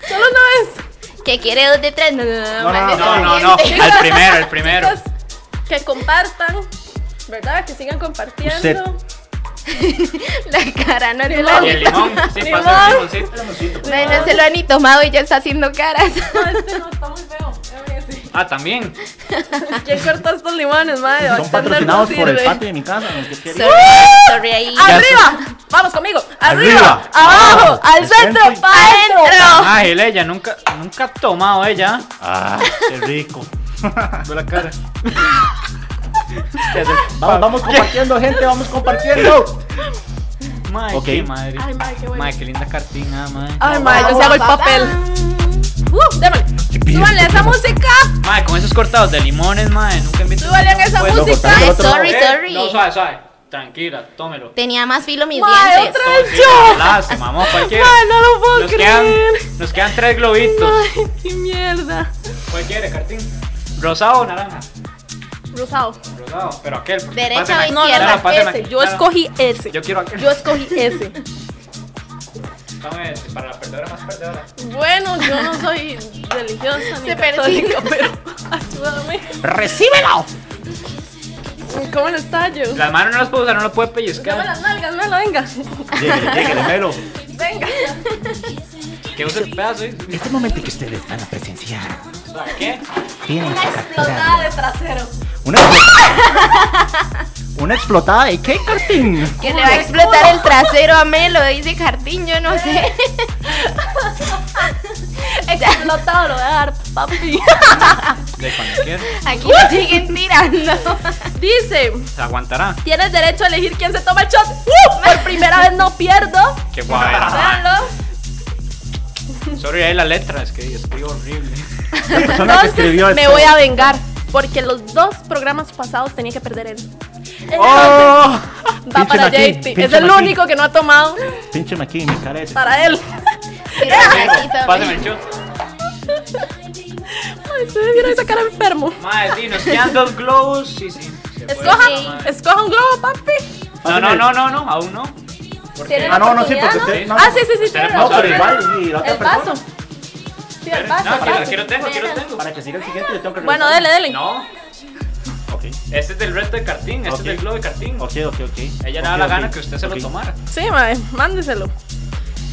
Speaker 3: Solo una vez.
Speaker 4: ¿Qué quiere dos de tres? No, no,
Speaker 1: No,
Speaker 4: no.
Speaker 1: no,
Speaker 4: mande
Speaker 2: No, no,
Speaker 4: siguiente.
Speaker 2: no. Al primero, el primero.
Speaker 3: Chicas, Pues, que compartan, ¿verdad? Que sigan compartiendo.
Speaker 1: Usted.
Speaker 4: (laughs) La cara no se
Speaker 2: Y el
Speaker 4: la
Speaker 2: limón. Sí, pasa el limoncito.
Speaker 4: no, no se lo han ni tomado y ya está haciendo caras.
Speaker 3: No, este no, está muy feo.
Speaker 1: (laughs)
Speaker 3: Déjame decir.
Speaker 2: Ah, también.
Speaker 3: ¿Quién cortó estos limones, madre?
Speaker 1: Son patrocinados por el patio de mi casa. ¿no? ¿Qué quería?
Speaker 4: Sorry,
Speaker 3: ¡Ah!
Speaker 4: sorry ahí.
Speaker 2: Ya
Speaker 3: ¡Arriba! Vamos conmigo. ¡Arriba!
Speaker 1: Arriba.
Speaker 3: ¡Abajo! ¡Al
Speaker 1: Al
Speaker 3: centro!
Speaker 1: centro y
Speaker 3: ¡Pa' adentro!
Speaker 2: Ah, Gil, ella nunca, nunca ha tomado ella.
Speaker 1: Ah, qué rico.
Speaker 2: Ve la cara.
Speaker 1: Vamos, vamos compartiendo, gente, vamos compartiendo.
Speaker 2: Mae,
Speaker 1: Ok.
Speaker 2: qué madre.
Speaker 3: Ay, madre, qué bueno. Ah.
Speaker 2: Mae, qué linda cartina, mae.
Speaker 3: Ay, madre, yo se hago el papel. ¡Uh! Démosle. ¡Súbanle a esa música!
Speaker 2: Mae, con esos cortados de limones, mae, nunca invito.
Speaker 3: ¡Súbanle a esa
Speaker 1: Pues, lo
Speaker 3: música!
Speaker 1: cortaron del otro
Speaker 4: Sorry,
Speaker 1: lado.
Speaker 4: sorry.
Speaker 2: eh, No, suave, suave. Tranquila, tómelo.
Speaker 4: Tenía más filo mis
Speaker 3: Mae,
Speaker 4: dientes.
Speaker 3: otra vez
Speaker 2: Sí,
Speaker 3: yo.
Speaker 2: las, mamá, cualquiera.
Speaker 3: Mae, no lo puedo
Speaker 2: nos
Speaker 3: creer.
Speaker 2: Quedan, nos quedan tres globitos.
Speaker 3: Ay, qué mierda.
Speaker 2: ¿Cuál quiere, Cartín? ¿Rosado o naranja?
Speaker 3: Rosado.
Speaker 2: Rosado, pero aquel. porque
Speaker 4: Derecha
Speaker 2: pásenme
Speaker 4: o
Speaker 2: aquí.
Speaker 3: No, no,
Speaker 4: Izquierda,
Speaker 2: Claro,
Speaker 3: no,
Speaker 2: pásenme
Speaker 3: ese.
Speaker 2: aquí,
Speaker 3: Yo
Speaker 2: claro.
Speaker 3: escogí ese.
Speaker 2: Yo quiero aquel.
Speaker 3: Yo escogí ese.
Speaker 2: Dame ese, para la perdedora más perdedora.
Speaker 3: Bueno, yo no soy religiosa
Speaker 4: (laughs)
Speaker 3: ni
Speaker 4: Se perdió.
Speaker 3: católica, pero ayúdame.
Speaker 1: ¡Recíbelo!
Speaker 3: ¿Cómo lo estallo?
Speaker 2: Las manos no las puedo usar, no lo puedo
Speaker 3: Dame
Speaker 2: pellizcar.
Speaker 3: las nalgas, Melo, venga.
Speaker 1: Lléguele, lléguele, melo.
Speaker 3: Venga.
Speaker 2: Que use el pedazo, ¿eh?
Speaker 1: Este momento que ustedes van a presenciar
Speaker 2: ¿Qué?
Speaker 1: tiene
Speaker 3: Una explotada de trasero.
Speaker 1: Una explotada. Una explotada de qué, Cartín?
Speaker 4: Que le va a explotar el trasero a Melo, dice Jardín, yo no
Speaker 3: (laughs)
Speaker 4: sé.
Speaker 3: Explotado lo voy a dar, papi. (laughs)
Speaker 2: De cuando quiera.
Speaker 4: Aquí lo siguen tirando.
Speaker 3: Dice,
Speaker 2: Se aguantará.
Speaker 3: tienes derecho a elegir quién se toma el shot. ¡Uh! Por primera vez no pierdo.
Speaker 2: Qué guay.
Speaker 3: Véanlo.
Speaker 2: Sorry, ahí la letra, es que escribo horrible.
Speaker 1: La persona que escribió
Speaker 3: Entonces me
Speaker 1: esto.
Speaker 3: voy a vengar. Porque los dos programas pasados tenía que perder él. Entonces,
Speaker 2: ¡Oh!
Speaker 3: Va
Speaker 1: Pinche
Speaker 3: para
Speaker 1: Martín,
Speaker 3: JT. Es
Speaker 1: pinche
Speaker 3: el
Speaker 1: Martín.
Speaker 3: único que no ha tomado
Speaker 1: Píncheme aquí, mi cara es-
Speaker 3: para él. (laughs)
Speaker 2: Pásame el shot.
Speaker 3: Ay, ustedes vieron esa cara de enfermo.
Speaker 2: Madre, sí, nos quedan dos globos. Sí, sí. se puede,
Speaker 3: Escoja,
Speaker 2: madre.
Speaker 3: escoja un globo, papi.
Speaker 2: No, no, no, no, no, aún no. ¿Por qué?
Speaker 1: Ah, no, no, sí, porque usted. No,
Speaker 3: Ah, sí, sí, sí.
Speaker 2: Usted le
Speaker 3: tiene
Speaker 1: No,
Speaker 3: razón.
Speaker 1: pero igual, y la otra
Speaker 3: El vaso.
Speaker 1: persona.
Speaker 3: Sí, el vaso.
Speaker 2: No,
Speaker 3: el
Speaker 2: quiero,
Speaker 3: vaso.
Speaker 2: quiero tengo, quiero tengo.
Speaker 1: Para que siga el siguiente, yo tengo que
Speaker 3: Bueno, dele,
Speaker 1: regresar.
Speaker 3: dele.
Speaker 2: No,
Speaker 1: Ok,
Speaker 2: este es del reto de Cartín, este
Speaker 1: Ok.
Speaker 2: es del globo de Cartín.
Speaker 1: ok, ok, ok.
Speaker 2: Ella
Speaker 1: Ok,
Speaker 2: le da la
Speaker 1: ok,
Speaker 2: gana que usted se lo
Speaker 1: ok.
Speaker 2: tomara.
Speaker 3: Sí, mae, mándeselo.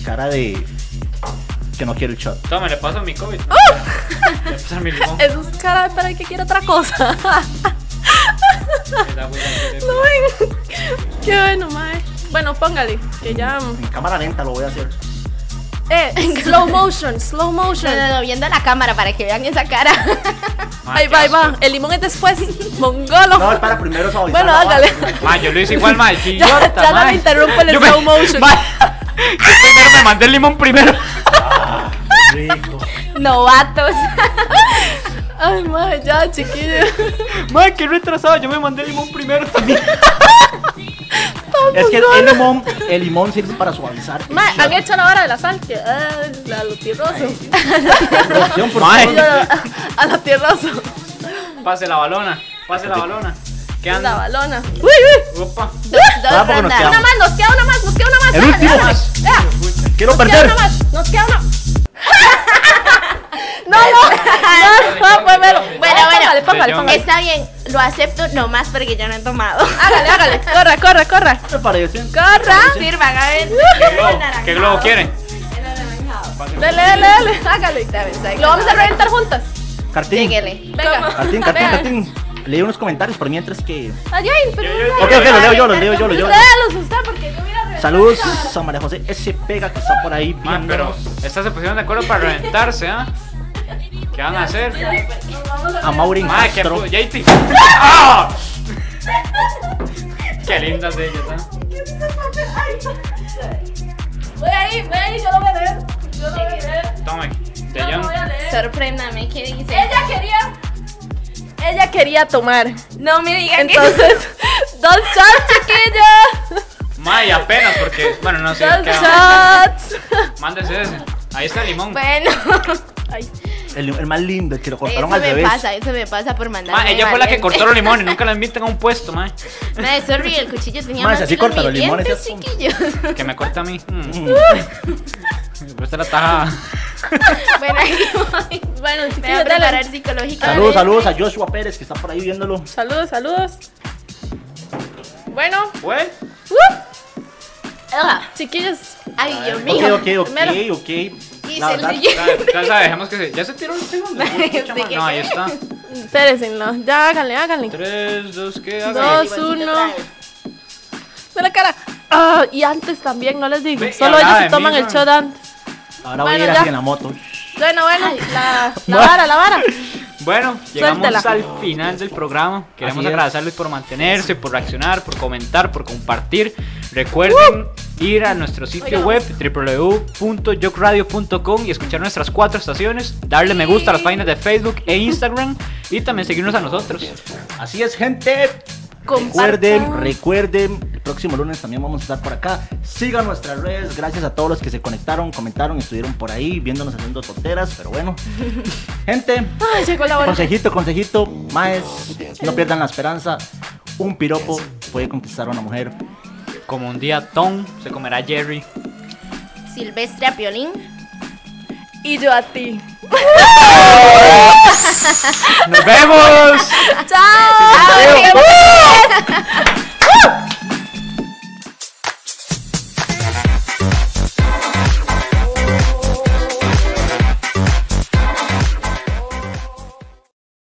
Speaker 1: Cara de. Que no quiero el shot.
Speaker 2: Toma, le paso mi COVID.
Speaker 3: ¡Ah!
Speaker 2: Le paso mi
Speaker 1: (laughs)
Speaker 2: limón.
Speaker 3: Eso (laughs) es cara de para que quiere otra cosa. (laughs) No, ven. (laughs) Qué bueno, mae. Bueno, póngale, que ya. mm.
Speaker 1: En cámara lenta lo voy a (laughs) hacer. (laughs)
Speaker 3: Eh, slow motion, slow
Speaker 4: No,
Speaker 3: motion.
Speaker 4: no, no, viendo a la cámara para que vean esa cara. (laughs)
Speaker 2: Ma,
Speaker 3: Ahí
Speaker 2: qué
Speaker 3: va, ahí
Speaker 2: asco.
Speaker 3: va. El limón
Speaker 1: (laughs)
Speaker 3: es después. Mongolo.
Speaker 1: No, es para primero suavizar.
Speaker 3: Bueno,
Speaker 1: la vara.
Speaker 3: hágale.
Speaker 2: Ma, yo lo hice igual, ma. qué
Speaker 3: (laughs) Ya-
Speaker 2: idiota,
Speaker 3: ya no
Speaker 2: ma.
Speaker 3: me interrumpe el
Speaker 2: Yo me-
Speaker 3: slow motion.
Speaker 2: ma, (laughs) yo primero me mandé el limón primero. (laughs)
Speaker 1: Rico.
Speaker 3: (laughs)
Speaker 4: Novatos.
Speaker 3: Ay, mae,
Speaker 1: (laughs)
Speaker 3: ya, chiquillo.
Speaker 2: Ma, qué retrasado. Yo me mandé el limón primero
Speaker 3: (laughs)
Speaker 2: también.
Speaker 1: (laughs) Es que el limón, el limón sirve para suavizar.
Speaker 3: Mae, han hecho la hora de la sal, que. ah, la lo tierroso.
Speaker 1: (laughs) Producción, por
Speaker 2: Mae.
Speaker 1: favor.
Speaker 3: Y yo, ah, a lo tierroso.
Speaker 2: Pase la balona. Pase la balona. ¿Qué
Speaker 3: La
Speaker 2: anda?
Speaker 3: balona. Uy, uy.
Speaker 2: Opa.
Speaker 4: Dos,
Speaker 1: Ah,
Speaker 4: dos
Speaker 1: porque nos
Speaker 4: rondas.
Speaker 1: quedamos.
Speaker 3: Una más, nos queda una más, nos queda una más.
Speaker 1: El
Speaker 3: hágale,
Speaker 1: último.
Speaker 3: hágale. Vea,
Speaker 1: Quiero
Speaker 3: Nos queda
Speaker 1: perder.
Speaker 3: una más, nos queda una. No, no, no, no, póngalo.
Speaker 4: Bueno, bueno.
Speaker 3: Póngale, póngale, póngale.
Speaker 4: Está bien, lo acepto nomás porque yo no he tomado.
Speaker 3: (laughs) Hágale,
Speaker 4: (laughs)
Speaker 3: hágale. Corra, corra, corra.
Speaker 1: Me parece.
Speaker 3: Corra.
Speaker 4: Sirvan, a ver.
Speaker 2: ¿Qué globo? ¿Qué globo quieren?
Speaker 4: El anaranjado.
Speaker 3: Dale, dale, dale. Hágale.
Speaker 4: Dame,
Speaker 3: Lo vamos a reventar juntas.
Speaker 1: Cartín.
Speaker 4: Lléguele.
Speaker 3: Venga.
Speaker 1: Cartín, cartín,
Speaker 3: Venga.
Speaker 1: cartín. Leí unos comentarios por mientras que.
Speaker 3: Ay, ay, pero.
Speaker 2: Yo, yo, yo.
Speaker 1: Ok, ok, lo leo yo, lo leo yo, lo leo. yo.
Speaker 3: Léalos usted porque yo hubiera reventado.
Speaker 1: Saludos a María José S. Pega que está por ahí
Speaker 2: Ma, pero
Speaker 1: viéndonos.
Speaker 2: estas se pusieron de acuerdo para reventarse,
Speaker 3: (laughs)
Speaker 2: ¿ah? ¿Qué van a hacer?
Speaker 1: A Maureen
Speaker 2: Ma, qué
Speaker 1: Castro.
Speaker 2: pu- JT. ¡Ah! Qué lindas de ellas, ¿ah?
Speaker 3: Voy ahí, voy ahí, yo lo voy a leer. Yo lo voy a leer.
Speaker 2: Tome. De
Speaker 3: Yo lo voy a
Speaker 2: John.
Speaker 3: leer.
Speaker 4: Sorpréndame, ¿qué dice?
Speaker 3: Ella quería. Ella quería tomar.
Speaker 4: No me digan
Speaker 3: Entonces,
Speaker 4: (laughs)
Speaker 3: dos shots, chiquilla.
Speaker 2: Ma, y apenas porque. Bueno, no sé.
Speaker 3: Dos
Speaker 2: ¿qué va?
Speaker 3: shots.
Speaker 2: Mándese ese. Ahí está el limón.
Speaker 4: (laughs) Bueno,
Speaker 3: Ay,
Speaker 1: El, el más lindo, el que lo
Speaker 4: eso
Speaker 1: cortaron al
Speaker 4: me
Speaker 1: revés.
Speaker 4: pasa, eso me pasa por mandar.
Speaker 2: Ma, ella fue la que cortó los limones. Nunca la invitan a un puesto, ma.
Speaker 4: (laughs) Madre, sorry, el cuchillo tenía
Speaker 1: Ma,
Speaker 4: más
Speaker 1: si así
Speaker 4: filo en
Speaker 1: corta los
Speaker 4: mis
Speaker 1: limones,
Speaker 4: dientes,
Speaker 1: ya son-
Speaker 4: chiquillos. (laughs)
Speaker 2: Que me corta a mí. Mm.
Speaker 1: Mm.
Speaker 2: (laughs) Pues te la tajada.
Speaker 4: bueno,
Speaker 2: (laughs)
Speaker 4: ahí voy.
Speaker 3: Bueno,
Speaker 4: Me voy
Speaker 3: chiquillos,
Speaker 4: a preparar
Speaker 3: dale.
Speaker 4: psicológicamente.
Speaker 1: Saludos, saludos a Joshua Pérez que está por ahí viéndolo.
Speaker 3: Saludos, saludos. Bueno,
Speaker 2: Bueno,
Speaker 3: uh,
Speaker 4: Ah,
Speaker 3: chiquillos.
Speaker 4: Ay, Dios
Speaker 1: Ok,
Speaker 4: mío.
Speaker 1: ok, ok,
Speaker 3: Primero.
Speaker 1: ok.
Speaker 4: Y
Speaker 1: La
Speaker 4: se
Speaker 1: verdad,
Speaker 4: sigue.
Speaker 2: ya- ya sabes, dejemos que se. Ya se tiró el segundo.
Speaker 4: Madre,
Speaker 2: Escucha,
Speaker 4: sí
Speaker 2: ma.
Speaker 4: que-
Speaker 2: No, ahí está.
Speaker 3: Espérenlo. Ya háganle, háganle.
Speaker 2: Tres, dos, ¿qué
Speaker 3: Dos,
Speaker 2: hago?
Speaker 3: uno.
Speaker 4: otra vez.
Speaker 3: De la cara. Ah, y antes también, no les digo.
Speaker 2: Ve, y
Speaker 3: Solo
Speaker 2: hablaba
Speaker 3: ellos
Speaker 2: de
Speaker 3: se toman
Speaker 2: mí,
Speaker 3: el
Speaker 2: ¿no?
Speaker 3: shot antes.
Speaker 1: ahora voy a ir
Speaker 3: Bueno,
Speaker 1: así
Speaker 3: ya.
Speaker 1: en la moto.
Speaker 3: Bueno, bueno, la, la vara, la vara.
Speaker 2: Bueno, llegamos
Speaker 3: Suéltala.
Speaker 2: al final del programa. Queremos
Speaker 1: Así es.
Speaker 2: agradecerles por mantenerse, por reaccionar, por comentar, por compartir. Recuerden ir a nuestro sitio
Speaker 3: Oigan.
Speaker 2: web www.yocradio.com y escuchar nuestras cuatro estaciones, darle me gusta a las páginas de Facebook e
Speaker 1: (laughs)
Speaker 2: Instagram y también seguirnos a nosotros.
Speaker 1: Así es, gente. Recuerden, recuerden, el próximo lunes también vamos a estar por acá. Sigan nuestras redes. Gracias a todos los que se conectaron, comentaron, estuvieron por ahí viéndonos haciendo tonteras. Pero
Speaker 3: (laughs)
Speaker 1: bueno, gente,
Speaker 3: Ay, llegó la hora.
Speaker 1: consejito, consejito, maes, no pierdan la esperanza. Un piropo puede conquistar a una mujer.
Speaker 2: Como un día Tom se comerá a
Speaker 1: (laughs)
Speaker 2: Jerry.
Speaker 4: Silvestre a Piolín.
Speaker 3: Y yo a ti.
Speaker 2: ¡Nos vemos!
Speaker 4: Ah,
Speaker 3: ¡Chao!